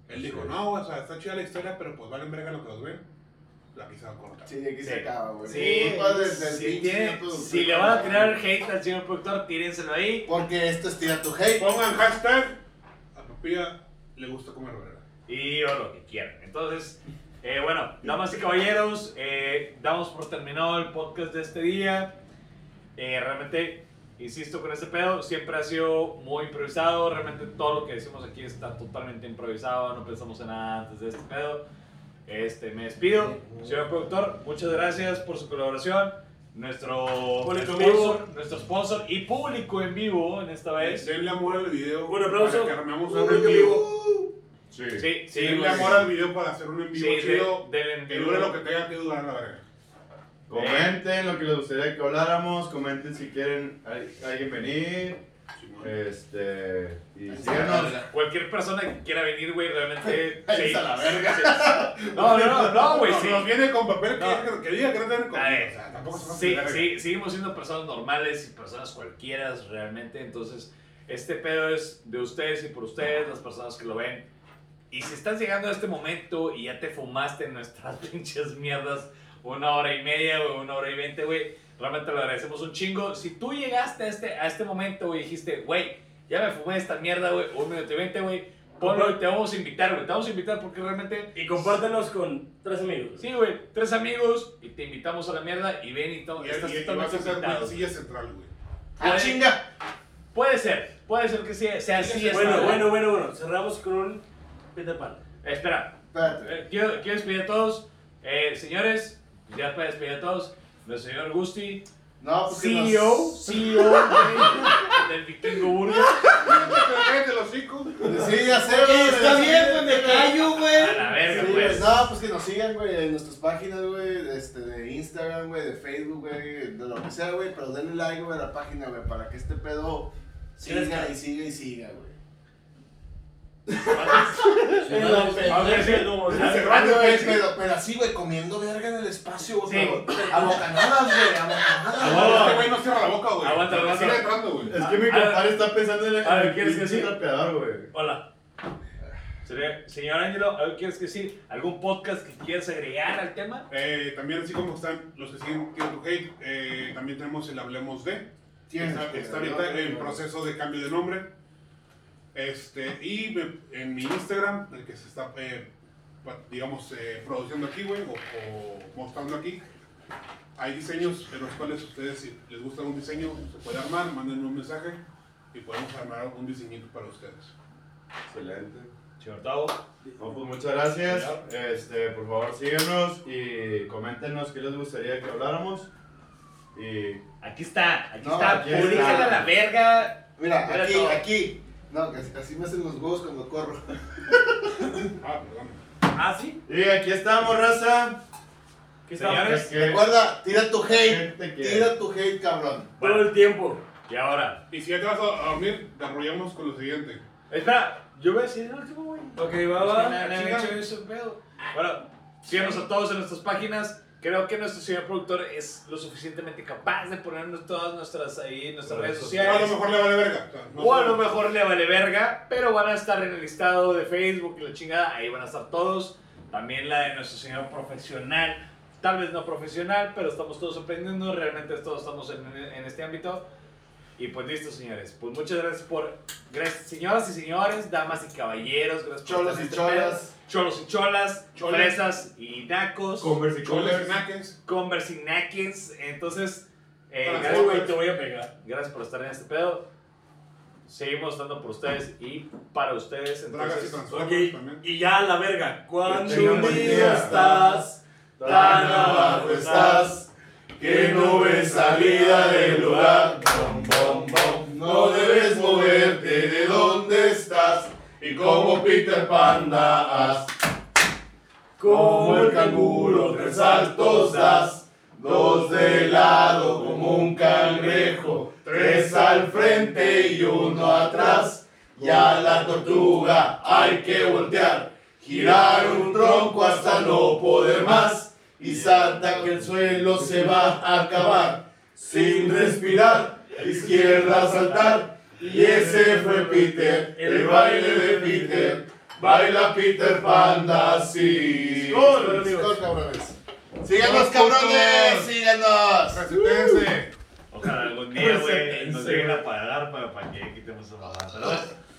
Él dijo, no, o sea, está chida la historia, pero pues valen verga lo que los ven. La aquí se va a cortar. Sí, aquí se Sí. acaba, Ah, güey. Sí, Culpa del- del Si, pinche tiene- señor productor. si le van a tirar hate al señor productor, tírenselo ahí. Porque esto es tira tu hate. Pongan hashtag, a Pepilla le gusta comer verga. y o lo que quieran. Entonces, eh, bueno, damas y caballeros, eh, damos por terminado el podcast de este día. Eh, realmente, insisto con este pedo, siempre ha sido muy improvisado. Realmente todo lo que decimos aquí está totalmente improvisado, no pensamos en nada antes de este pedo. Este, me despido, señor productor, muchas gracias por su colaboración. Nuestro Público en sponsor, nuestro sponsor y público en vivo en esta vez. Denle amor al video. Un aplauso. Para que armemos un en vivo. Sí. Sí, sí, Denle güey. amor al video para hacer un en Sí, vivo de- chido. del- Que dure lo que tenga que durar la verga. Comenten lo que les gustaría que habláramos. Comenten si quieren al- alguien venir. Este. Y síganos. Cualquier persona que quiera venir, güey, realmente. Ahí sí. está la verga. No, no, no, no, güey, Nos- sí. Nos viene con papel que, No. diga- que diga que no tienen con. A ver, o sea, tampoco se Sí, sí, seguimos siendo personas normales y personas cualquiera realmente. Entonces, este pedo es de ustedes y por ustedes, las personas que lo ven. Y si estás llegando a este momento y ya te fumaste en nuestras pinches mierdas una hora y media o una hora y veinte, güey, realmente lo agradecemos un chingo. Si tú llegaste a este, a este momento, güey, y dijiste, güey, ya me fumé esta mierda, güey, un minuto y veinte, güey, ponlo y te vamos a invitar, güey, te vamos a invitar porque realmente Y compártenos con tres amigos. Sí, güey, tres amigos y te invitamos a la mierda y ven y todo. Y, y, y vas a ser una silla central, güey. Ah, chinga! Puede ser, puede ser que sea, sea así. esta Bueno, madre. Eh, bueno, bueno, bueno. Cerramos con un Peter Pan. Espera, Espérate. eh, quiero, quiero despedir a todos. Eh, señores, ya para despedir a todos, nuestro señor Gusti, E No, pues que nos- CEO, CEO güey, del Vikingo Burger. Cállate los hocico. Sí, ya sé, güey. Está bien, güey, me callo, güey. A la verga, Sí, pues. pues, no, pues que nos sigan, güey, en nuestras páginas, güey, este, de Instagram, güey, de Facebook, güey, de lo que sea, güey, pero denle like, güey, a la página, güey, para que este pedo siga Crezca. y siga y siga, güey. Aunque sí, Ah, Pero, aunque güey, pues, sí. pero, pero así, güey, comiendo verga en el espacio, güey, Sí. pero a bocanadas, güey, a bocanadas. Ah, Este güey no cierra la boca, güey. Aguanta, Sigue aguanta. entrando, güey. Es que mi Ah, compadre está pensando en el. a ver, en el ¿quieres que pinche sí? rapeador, güey. Hola. Señor- Señor Ángelo, ¿algo ¿quieres que sí? ¿Algún podcast que quieras agregar al tema? Eh, también así como están los que siguen Tira tu Hate, eh, también tenemos el Hablemos de. que Tienes, Está, güey, está ¿no? ahorita en proceso de cambio de nombre. Este, y me- en mi Instagram, el que se está, eh, pa- digamos, eh, produciendo aquí, güey, o, o mostrando aquí, hay diseños en los cuales ustedes, si les gusta algún diseño, se puede armar, mándenme un mensaje y podemos armar un diseñito para ustedes. Excelente. Señor Tavo. No, pues muchas gracias. Este, por favor, síganos y coméntenos qué les gustaría que habláramos. Y Aquí está, aquí No, está, aquí públicala está. la verga. Era Mira, aquí, todo. aquí. No, que así- así me hacen los huevos cuando corro. Ah, perdón. Ah, sí. Y aquí estamos, raza. ¿Qué Señores, estamos? Recuerda, tira tu hate. Gente que- Tira tu hate, cabrón. Todo el tiempo. Y ahora. Y si ya te vas a a dormir, te arrollamos con lo siguiente. Espera, yo voy a decir el último, güey. Ok, va, va. Chinga. Bueno, síganos a todos en nuestras páginas. Creo que nuestro señor productor es lo suficientemente capaz de ponernos todas nuestras ahí, nuestras redes Pero a lo sociales. mejor le vale verga. O sea, no O a sé. lo mejor le vale verga, pero van a estar en el listado de Facebook y la chingada, ahí van a estar todos. También la de nuestro señor profesional, tal vez no profesional, pero estamos todos aprendiendo, realmente todos estamos en, en este ámbito. Y pues listo, señores. Pues muchas gracias por... Gracias, señoras y señores, damas y caballeros, gracias por Cholos estar en y este cholas. pedo. Cholos y cholas, Cholas. fresas y nacos, Converse y Choles, Converse. naques. converse y nackens. Entonces, eh, Para gracias todos. por- Güey, te voy a pegar. Gracias por estar en este pedo. Seguimos estando por ustedes y para ustedes. Dragas y Entonces, Ok, transformas también. y ya a la verga. Cuando tengan un buen día día. estás tan abajo estás, que no ves salida del lugar. Bom, bom, bom. No debes moverte de donde estás y como Peter Panda haz. Como el canguro, tres saltos das, dos de lado como un cangrejo, tres al frente y uno atrás. Y a la tortuga hay que voltear, girar un tronco hasta no poder más. Y salta que el suelo se va a acabar, sin respirar, izquierda a saltar. Y ese fue Peter, el baile de Peter, baila Peter Panda así. Discord, cabrones. Síganos, cabrones. Síganos. Resítense. Ojalá algún día, güey, nos lleguen a pagar para, para que quitemos esa mamada. ¿verdad?